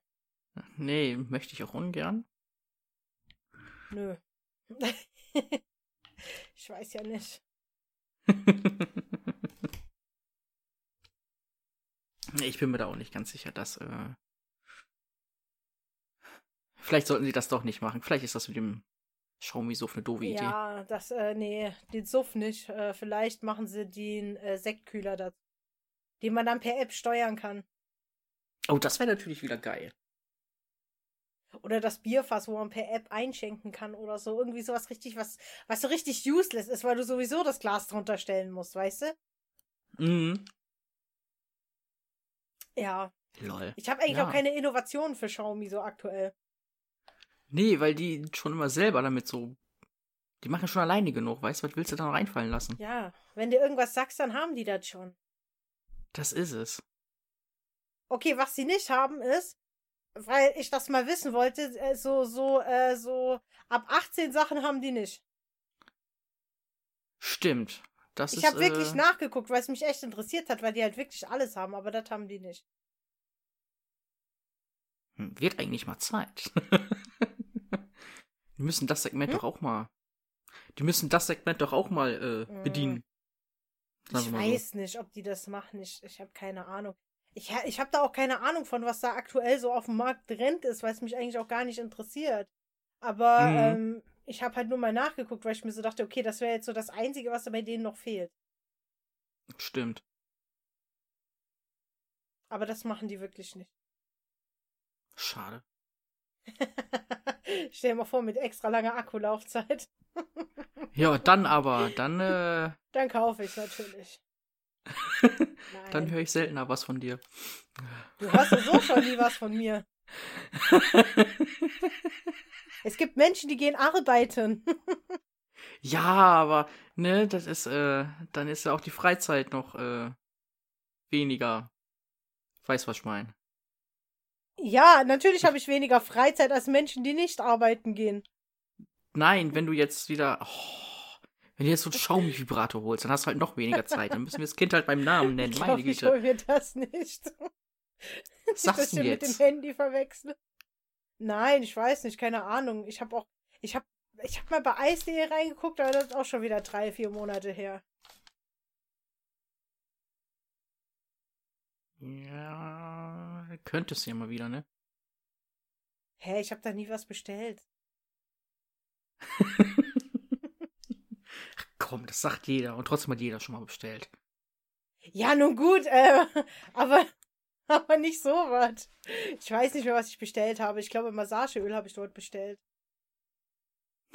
Speaker 1: Nee, möchte ich auch ungern.
Speaker 2: Nö. ich weiß ja nicht.
Speaker 1: ich bin mir da auch nicht ganz sicher, dass. Äh... Vielleicht sollten sie das doch nicht machen. Vielleicht ist das mit dem Xiaomi so eine doofe Idee.
Speaker 2: Ja, das, äh, nee, den Suff nicht. Äh, vielleicht machen sie den äh, Sektkühler dazu, den man dann per App steuern kann.
Speaker 1: Oh, das wäre natürlich wieder geil.
Speaker 2: Oder das Bierfass, wo man per App einschenken kann oder so. Irgendwie sowas richtig, was, was so richtig useless ist, weil du sowieso das Glas drunter stellen musst, weißt du?
Speaker 1: Mhm.
Speaker 2: Ja.
Speaker 1: Lol.
Speaker 2: Ich habe eigentlich
Speaker 1: Ja.
Speaker 2: auch keine Innovationen für Xiaomi so aktuell.
Speaker 1: Nee, weil die schon immer selber damit so. Die machen schon alleine genug, weißt du? Was willst du da noch reinfallen lassen?
Speaker 2: Ja. Wenn du irgendwas sagst, dann haben die das schon.
Speaker 1: Das ist es.
Speaker 2: Okay, was sie nicht haben ist, weil ich das mal wissen wollte, äh, so, so, äh, so, ab 18 Sachen haben die nicht.
Speaker 1: Stimmt. Das
Speaker 2: ich
Speaker 1: ist.
Speaker 2: habe wirklich
Speaker 1: äh,
Speaker 2: nachgeguckt, weil es mich echt interessiert hat, weil die halt wirklich alles haben, aber das haben die nicht.
Speaker 1: hm, Wird eigentlich mal Zeit. die müssen das Segment
Speaker 2: Hm?
Speaker 1: doch auch mal. Die müssen das Segment doch auch mal äh,
Speaker 2: Mm.
Speaker 1: bedienen. Sagen
Speaker 2: Ich
Speaker 1: wir mal so.
Speaker 2: weiß nicht, ob die das machen. Ich, ich habe keine Ahnung. Ich, ha- ich habe da auch keine Ahnung von, was da aktuell so auf dem Markt Trend ist, weil es mich eigentlich auch gar nicht interessiert. Aber
Speaker 1: Mhm.
Speaker 2: ähm, ich habe halt nur mal nachgeguckt, weil ich mir so dachte, okay, das wäre jetzt so das Einzige, was bei denen noch fehlt.
Speaker 1: Stimmt.
Speaker 2: Aber das machen die wirklich nicht.
Speaker 1: Schade.
Speaker 2: Stell dir mal vor, mit extra langer Akkulaufzeit.
Speaker 1: Ja, dann aber. Dann, äh,
Speaker 2: Dann kaufe ich natürlich. Nein.
Speaker 1: dann höre ich seltener was von dir.
Speaker 2: du hast ja so schon nie was von mir. Es gibt Menschen, die gehen arbeiten.
Speaker 1: ja, aber, ne, das ist, äh, dann ist ja auch die Freizeit noch, äh, weniger. Weiß, was ich meine.
Speaker 2: Ja, natürlich habe ich weniger Freizeit als Menschen, die nicht arbeiten gehen.
Speaker 1: Nein, wenn du jetzt wieder. Oh, wenn du jetzt so einen Schaumvibrator holst, dann hast du halt noch weniger Zeit. Dann müssen wir das Kind halt beim Namen nennen.
Speaker 2: ich
Speaker 1: Meine
Speaker 2: glaube, ich
Speaker 1: Güte.
Speaker 2: hole mir das nicht.
Speaker 1: Was sagst
Speaker 2: das
Speaker 1: du
Speaker 2: mit dem
Speaker 1: jetzt?
Speaker 2: Handy verwechseln. Nein, ich weiß nicht, keine Ahnung. Ich habe auch, ich habe ich habe mal bei Eis.de reingeguckt, aber das ist auch schon wieder drei, vier Monate her.
Speaker 1: Ja, könnte es ja mal wieder, ne?
Speaker 2: Hä, ich habe da nie was bestellt.
Speaker 1: Ach komm, das sagt jeder und trotzdem hat jeder schon mal bestellt.
Speaker 2: Ja, nun gut, äh, aber, aber nicht so was. Ich weiß nicht mehr, was ich bestellt habe. Ich glaube, Massageöl habe ich dort bestellt.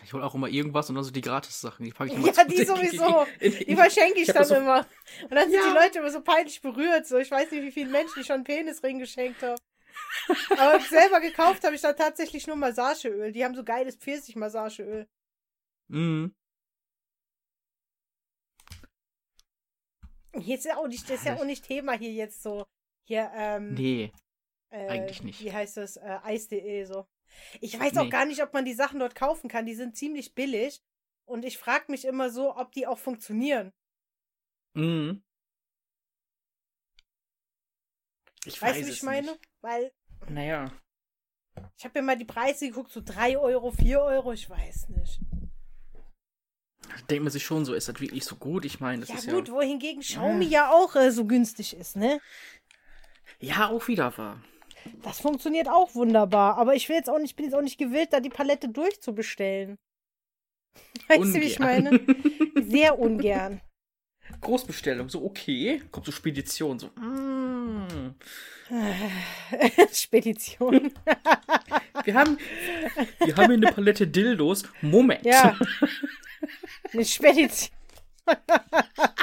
Speaker 1: Ich hole auch immer irgendwas und dann so die Gratis-Sachen. Die packe ich immer
Speaker 2: Ja,
Speaker 1: zu-
Speaker 2: die sowieso.
Speaker 1: in- in-
Speaker 2: Die verschenke ich,
Speaker 1: Ich hab das
Speaker 2: dann
Speaker 1: so-
Speaker 2: immer. Und dann sind
Speaker 1: Ja.
Speaker 2: die Leute immer so peinlich berührt. So, ich weiß nicht, wie vielen Menschen ich schon einen Penisring geschenkt habe. Aber selber gekauft habe ich da tatsächlich nur Massageöl. Die haben so geiles Pfirsich-Massageöl.
Speaker 1: Mhm.
Speaker 2: Jetzt ist ja auch nicht, das ist ja auch nicht Thema hier jetzt so. Hier, ähm,
Speaker 1: Nee.
Speaker 2: äh,
Speaker 1: eigentlich nicht.
Speaker 2: Wie heißt das? Äh, Eis.de so. Ich weiß auch
Speaker 1: Nee.
Speaker 2: gar nicht, ob man die Sachen dort kaufen kann. Die sind ziemlich billig. Und ich frage mich immer so, ob die auch funktionieren.
Speaker 1: Mhm. Ich
Speaker 2: Weißt du,
Speaker 1: weiß
Speaker 2: wie
Speaker 1: es
Speaker 2: ich meine?
Speaker 1: Nicht.
Speaker 2: Weil
Speaker 1: Naja.
Speaker 2: ich habe mir mal die Preise geguckt, so 3 Euro, 4 Euro, ich weiß nicht.
Speaker 1: Denkt man sich schon so, ist das wirklich so gut? Ich meine, das ist
Speaker 2: ja gut,
Speaker 1: ja. Ah.
Speaker 2: wohingegen Xiaomi ja auch äh, so günstig ist, ne?
Speaker 1: Ja, auch wieder wahr.
Speaker 2: Das funktioniert auch wunderbar, aber ich will jetzt auch nicht, bin jetzt auch nicht gewillt, da die Palette durchzubestellen. Weißt du, wie ich
Speaker 1: Ungern.
Speaker 2: meine? Sehr ungern.
Speaker 1: Großbestellung, so okay. Kommt so Spedition, so. Mm.
Speaker 2: Spedition.
Speaker 1: Wir haben, wir haben hier eine Palette Dildos. Moment.
Speaker 2: Ja. Eine Spedition.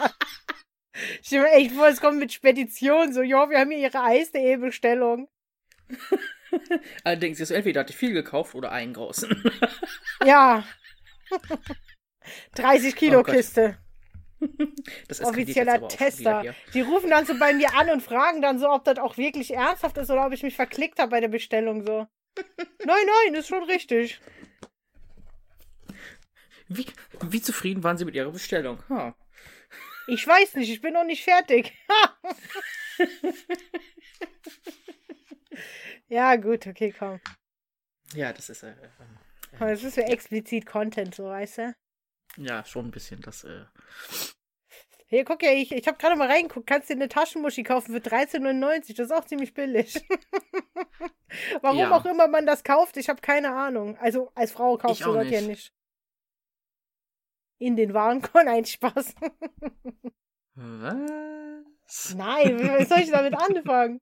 Speaker 2: Ich stelle mir echt vor, es kommt mit Spedition. So, ja, wir haben hier ihre Eis.de-Bestellung.
Speaker 1: Allerdings, ist entweder hat die viel gekauft oder einen großen.
Speaker 2: Ja. 30 Kilo
Speaker 1: Oh Gott.
Speaker 2: Kiste.
Speaker 1: Das eskaliert jetzt aber
Speaker 2: offizieller
Speaker 1: auch schon wieder
Speaker 2: Tester.
Speaker 1: hier.
Speaker 2: Die rufen dann so bei mir an und fragen dann so, ob das auch wirklich ernsthaft ist oder ob ich mich verklickt habe bei der Bestellung so. Nein, nein, ist schon richtig.
Speaker 1: Wie, wie zufrieden waren Sie mit Ihrer Bestellung? Ha.
Speaker 2: Ich weiß nicht, ich bin noch nicht fertig. ja, gut, okay, komm.
Speaker 1: Ja, das ist äh, äh,
Speaker 2: Aber Das ist ja explizit Content, so weißt du.
Speaker 1: ja schon ein bisschen das. Äh,
Speaker 2: Hier, guck ja, ich, ich habe gerade mal reingeguckt, kannst dir eine Taschenmuschi kaufen für 13,99, das ist auch ziemlich billig. Warum
Speaker 1: Ja.
Speaker 2: auch immer man das kauft, ich habe keine Ahnung. Also als Frau kaufst
Speaker 1: Ich
Speaker 2: du
Speaker 1: auch
Speaker 2: das ja
Speaker 1: nicht.
Speaker 2: nicht. In den Warenkorb, nein, Spaß.
Speaker 1: was?
Speaker 2: Nein, was soll ich damit anfangen?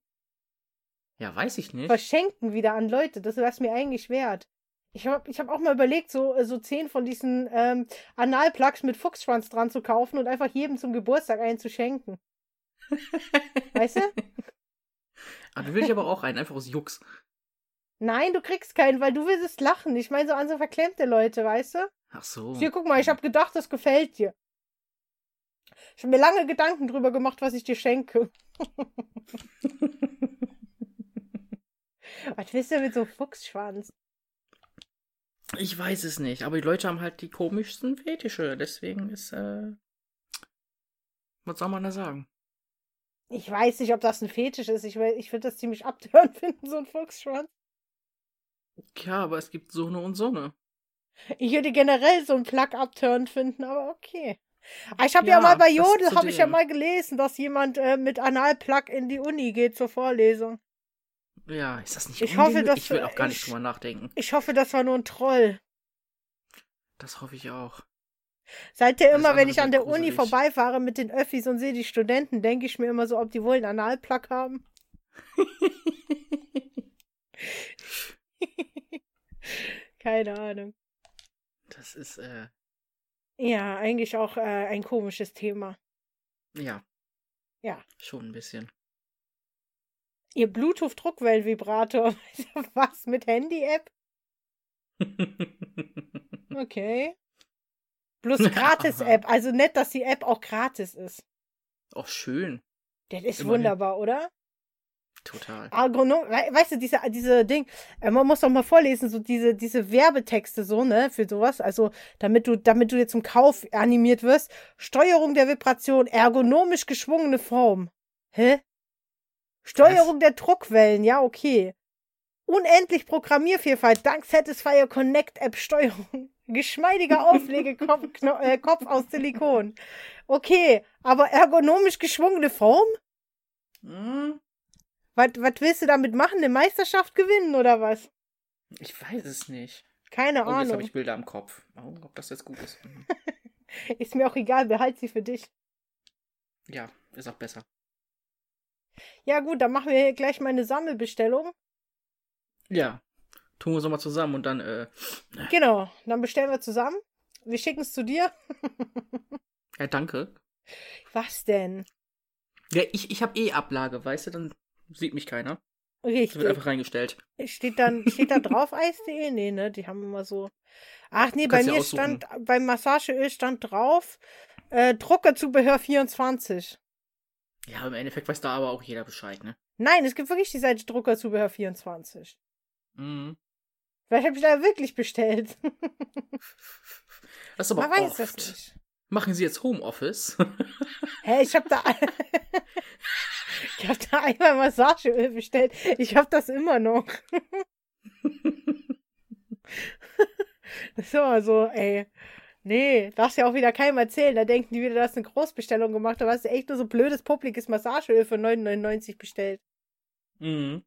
Speaker 1: Ja, weiß ich nicht.
Speaker 2: Verschenken wieder an Leute, das wär's mir eigentlich wert. Ich habe ich hab auch mal überlegt, so, äh, so zehn von diesen ähm, Analplugs mit Fuchsschwanz dran zu kaufen und einfach jedem zum Geburtstag einen zu schenken. Weißt du?
Speaker 1: Aber dann will ich aber auch einen, einfach aus Jux.
Speaker 2: Nein, du kriegst keinen, weil du willst es lachen. Ich meine, so an so verklemmte Leute, weißt du?
Speaker 1: Ach so.
Speaker 2: Hier, guck mal, ich habe gedacht, das gefällt dir. Ich habe mir lange Gedanken drüber gemacht, was ich dir schenke. was willst du mit so einem Fuchsschwanz?
Speaker 1: Ich weiß es nicht, aber die Leute haben halt die komischsten Fetische, deswegen ist, äh. Was soll man da sagen?
Speaker 2: Ich weiß nicht, ob das ein Fetisch ist. Ich, we- ich würde das ziemlich abtörend finden, so ein Fuchsschwanz.
Speaker 1: Ja, aber es gibt so eine und so eine.
Speaker 2: Ich würde generell so einen Plug abtörend finden, aber okay. Ah, Ich habe ja,
Speaker 1: Ja,
Speaker 2: mal bei
Speaker 1: das
Speaker 2: Jodel, habe ich ja
Speaker 1: zudem.
Speaker 2: mal gelesen, dass jemand äh, mit Analplug in die Uni geht zur Vorlesung.
Speaker 1: Ja, ist das nicht
Speaker 2: Ich hoffe,
Speaker 1: unliebe-
Speaker 2: dass
Speaker 1: Ich will
Speaker 2: du-
Speaker 1: auch gar nicht
Speaker 2: ich-
Speaker 1: drüber nachdenken.
Speaker 2: Ich hoffe, das war nur ein Troll.
Speaker 1: Das hoffe ich auch.
Speaker 2: Seit der
Speaker 1: Alles
Speaker 2: immer, wenn
Speaker 1: andere
Speaker 2: ich an
Speaker 1: wäre
Speaker 2: der Uni
Speaker 1: gruselig.
Speaker 2: vorbeifahre mit den Öffis und sehe die Studenten, denke ich mir immer so, ob die wohl einen Analplug haben. Keine Ahnung.
Speaker 1: Das ist, äh.
Speaker 2: Ja, eigentlich auch äh, ein komisches Thema.
Speaker 1: Ja.
Speaker 2: Ja.
Speaker 1: Schon ein bisschen.
Speaker 2: Ihr Bluetooth-Druckwellenvibrator. Was mit Handy-App? Okay. Plus Gratis-App. Also nett, dass die App auch gratis ist.
Speaker 1: auch schön.
Speaker 2: Das ist
Speaker 1: Immerhin.
Speaker 2: wunderbar, oder?
Speaker 1: Total.
Speaker 2: Agronom, we- weißt du, diese, diese Ding, äh, man muss doch mal vorlesen, so diese, diese Werbetexte so, ne, für sowas, also damit du, damit du dir zum Kauf animiert wirst. Steuerung der Vibration, ergonomisch geschwungene Form. Hä? Steuerung der Druckwellen, ja, okay. Unendlich Programmiervielfalt, dank Satisfyer Connect App Steuerung. Geschmeidiger Auflegekopf Kno- äh, Kopf aus Silikon. Okay, aber ergonomisch geschwungene Form?
Speaker 1: Hm,
Speaker 2: Was willst du damit machen? Eine Meisterschaft gewinnen oder was?
Speaker 1: Ich weiß es nicht.
Speaker 2: Keine
Speaker 1: Oh, jetzt
Speaker 2: Ahnung.
Speaker 1: habe ich Bilder im Kopf. Oh, ob das jetzt gut ist. Mhm.
Speaker 2: Ist mir auch egal, behalt sie für dich.
Speaker 1: Ja, ist auch besser.
Speaker 2: Ja gut, dann machen wir hier gleich meine Sammelbestellung.
Speaker 1: Ja. Tun wir es nochmal zusammen und dann, äh,
Speaker 2: Genau, dann bestellen wir zusammen. Wir schicken es zu dir.
Speaker 1: ja, danke.
Speaker 2: Was denn?
Speaker 1: Ja, ich, ich habe eh Ablage, weißt du, dann sieht mich keiner. Es wird
Speaker 2: Richtig.
Speaker 1: einfach reingestellt.
Speaker 2: Steht, dann, steht da drauf Eis.de? Nee, ne? Die haben immer so. Ach nee, bei
Speaker 1: Kannst ja
Speaker 2: mir
Speaker 1: aussuchen.
Speaker 2: stand, beim Massageöl stand drauf, äh, Druckerzubehör 24.
Speaker 1: Ja, im Endeffekt weiß da aber auch jeder Bescheid, ne?
Speaker 2: Nein, es gibt wirklich die Seite Druckerzubehör 24.
Speaker 1: Mhm.
Speaker 2: Vielleicht habe ich da wirklich bestellt.
Speaker 1: Das ist aber
Speaker 2: Man weiß
Speaker 1: oft.
Speaker 2: das nicht.
Speaker 1: Machen Sie jetzt Homeoffice?
Speaker 2: Hä, ich habe da. ich habe da einmal Massageöl bestellt. Ich habe das immer noch. das ist immer so, also, ey. Nee, darfst ja auch wieder keinem erzählen. Da denken die wieder, du hast eine Großbestellung gemacht. Da hast du echt nur so blödes, publikes Massageöl für 9,99 bestellt.
Speaker 1: mhm.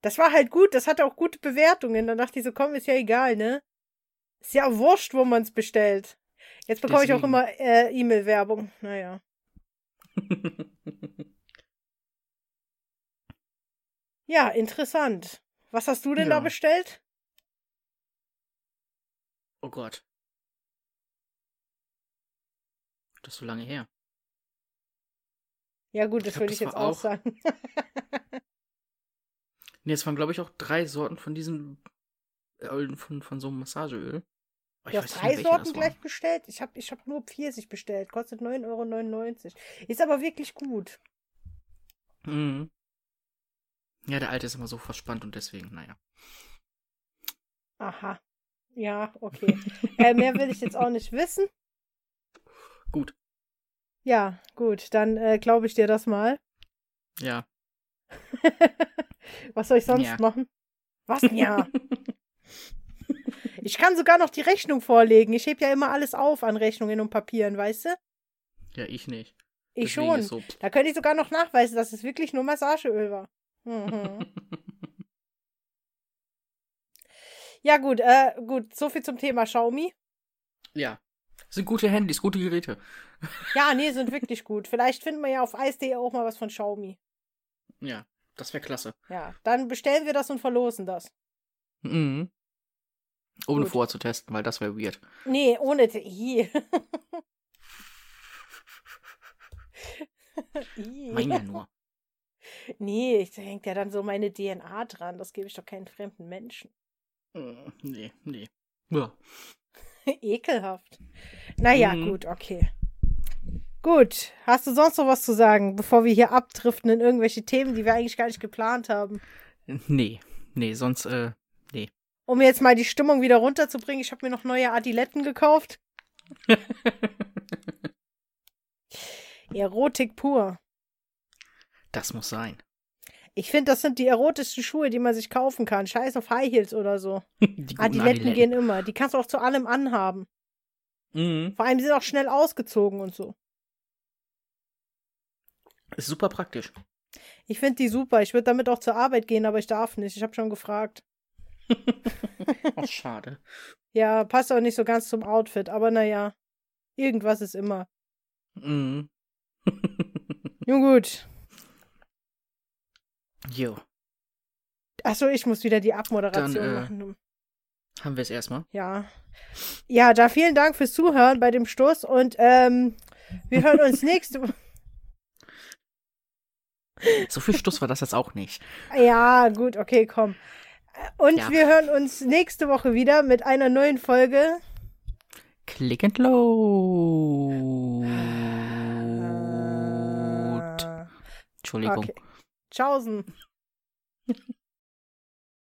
Speaker 2: Das war halt gut. Das hatte auch gute Bewertungen. Dann dachte ich so, komm, ist ja egal, ne? Ist ja wurscht, wo man es bestellt. Jetzt bekomme ich auch
Speaker 1: Deswegen.
Speaker 2: immer äh, E-Mail-Werbung. Naja. Ja, interessant. Was hast du denn da
Speaker 1: Ja.
Speaker 2: bestellt?
Speaker 1: oh Gott. Das ist so lange her.
Speaker 2: Ja, gut, das
Speaker 1: glaub,
Speaker 2: würde ich
Speaker 1: das
Speaker 2: jetzt
Speaker 1: war
Speaker 2: auch
Speaker 1: auch-
Speaker 2: sagen.
Speaker 1: Nee, es waren, glaube ich, auch drei Sorten von diesem, äh, von, von so einem Massageöl. Oh, ich weiß
Speaker 2: Ja,
Speaker 1: nicht
Speaker 2: drei
Speaker 1: mehr, welche
Speaker 2: Sorten
Speaker 1: das waren.
Speaker 2: gleich bestellt. Ich habe ich hab nur Pfirsich bestellt. Kostet 9,99 Euro. Ist aber wirklich gut.
Speaker 1: Mhm. Ja, der alte ist immer so verspannt und deswegen, naja.
Speaker 2: Aha. Ja, okay. äh, mehr will ich jetzt auch nicht wissen.
Speaker 1: Gut.
Speaker 2: Ja, gut. Dann äh, glaube ich dir das mal.
Speaker 1: Ja.
Speaker 2: Was soll ich sonst
Speaker 1: Ja.
Speaker 2: machen? Was? denn Ja. ich kann sogar noch die Rechnung vorlegen. Ich heb ja immer alles auf an Rechnungen und Papieren, weißt du?
Speaker 1: Ja, ich nicht.
Speaker 2: Ich
Speaker 1: Deswegen
Speaker 2: schon.
Speaker 1: Ist so,
Speaker 2: Da könnte ich sogar noch nachweisen, dass es wirklich nur Massageöl war. Mhm. ja, gut, äh, gut, so viel zum Thema Xiaomi.
Speaker 1: ja. Sind gute Handys, gute Geräte.
Speaker 2: Ja, nee, sind wirklich gut. Vielleicht finden wir ja auf eis.de auch mal was von Xiaomi.
Speaker 1: Ja, das wäre klasse.
Speaker 2: Ja, dann bestellen wir das und verlosen das.
Speaker 1: Mhm. Ohne
Speaker 2: Gut.
Speaker 1: vorher zu testen, weil das wäre weird.
Speaker 2: Nee, ohne T. Ih. Ih.
Speaker 1: Mein ja nur.
Speaker 2: Nee, ich- da hängt ja dann so meine DNA dran. Das gebe ich doch keinen fremden Menschen.
Speaker 1: Mm, Nee, nee. Ja.
Speaker 2: Ekelhaft. Naja,
Speaker 1: Mhm.
Speaker 2: gut, okay. Gut, hast du sonst noch was zu sagen, bevor wir hier abdriften in irgendwelche Themen, die wir eigentlich gar nicht geplant haben?
Speaker 1: Nee, nee, sonst, äh,
Speaker 2: Um jetzt mal die Stimmung wieder runterzubringen, ich habe mir noch neue Adiletten gekauft. Erotik pur.
Speaker 1: das muss sein.
Speaker 2: Ich finde, das sind die erotischsten Schuhe, die man sich kaufen kann. Scheiß auf High Heels oder so.
Speaker 1: Ah, Die guten
Speaker 2: Adiletten gehen immer. Die kannst du auch zu allem anhaben.
Speaker 1: Mhm.
Speaker 2: Vor allem, die sind auch schnell ausgezogen und so.
Speaker 1: Ist super praktisch.
Speaker 2: Ich finde die super. Ich würde damit auch zur Arbeit gehen, aber ich darf nicht. Ich habe schon gefragt.
Speaker 1: Oh, schade.
Speaker 2: Ja, passt auch nicht so ganz zum Outfit, aber naja. Irgendwas ist immer.
Speaker 1: Mhm.
Speaker 2: Nun gut.
Speaker 1: Jo,
Speaker 2: Achso, ich muss wieder die Abmoderation
Speaker 1: Dann, äh,
Speaker 2: machen.
Speaker 1: haben wir es erstmal.
Speaker 2: Ja. Ja, da vielen Dank fürs Zuhören bei dem Stoß und ähm, wir hören uns nächste Woche.
Speaker 1: So viel Stuss war das jetzt auch nicht.
Speaker 2: Ja, gut, okay, komm. Und
Speaker 1: Ja.
Speaker 2: wir hören uns nächste Woche wieder mit einer neuen Folge.
Speaker 1: Click and load.
Speaker 2: Ah,
Speaker 1: Ah.
Speaker 2: Ah.
Speaker 1: Entschuldigung.
Speaker 2: Okay. Tschaußen.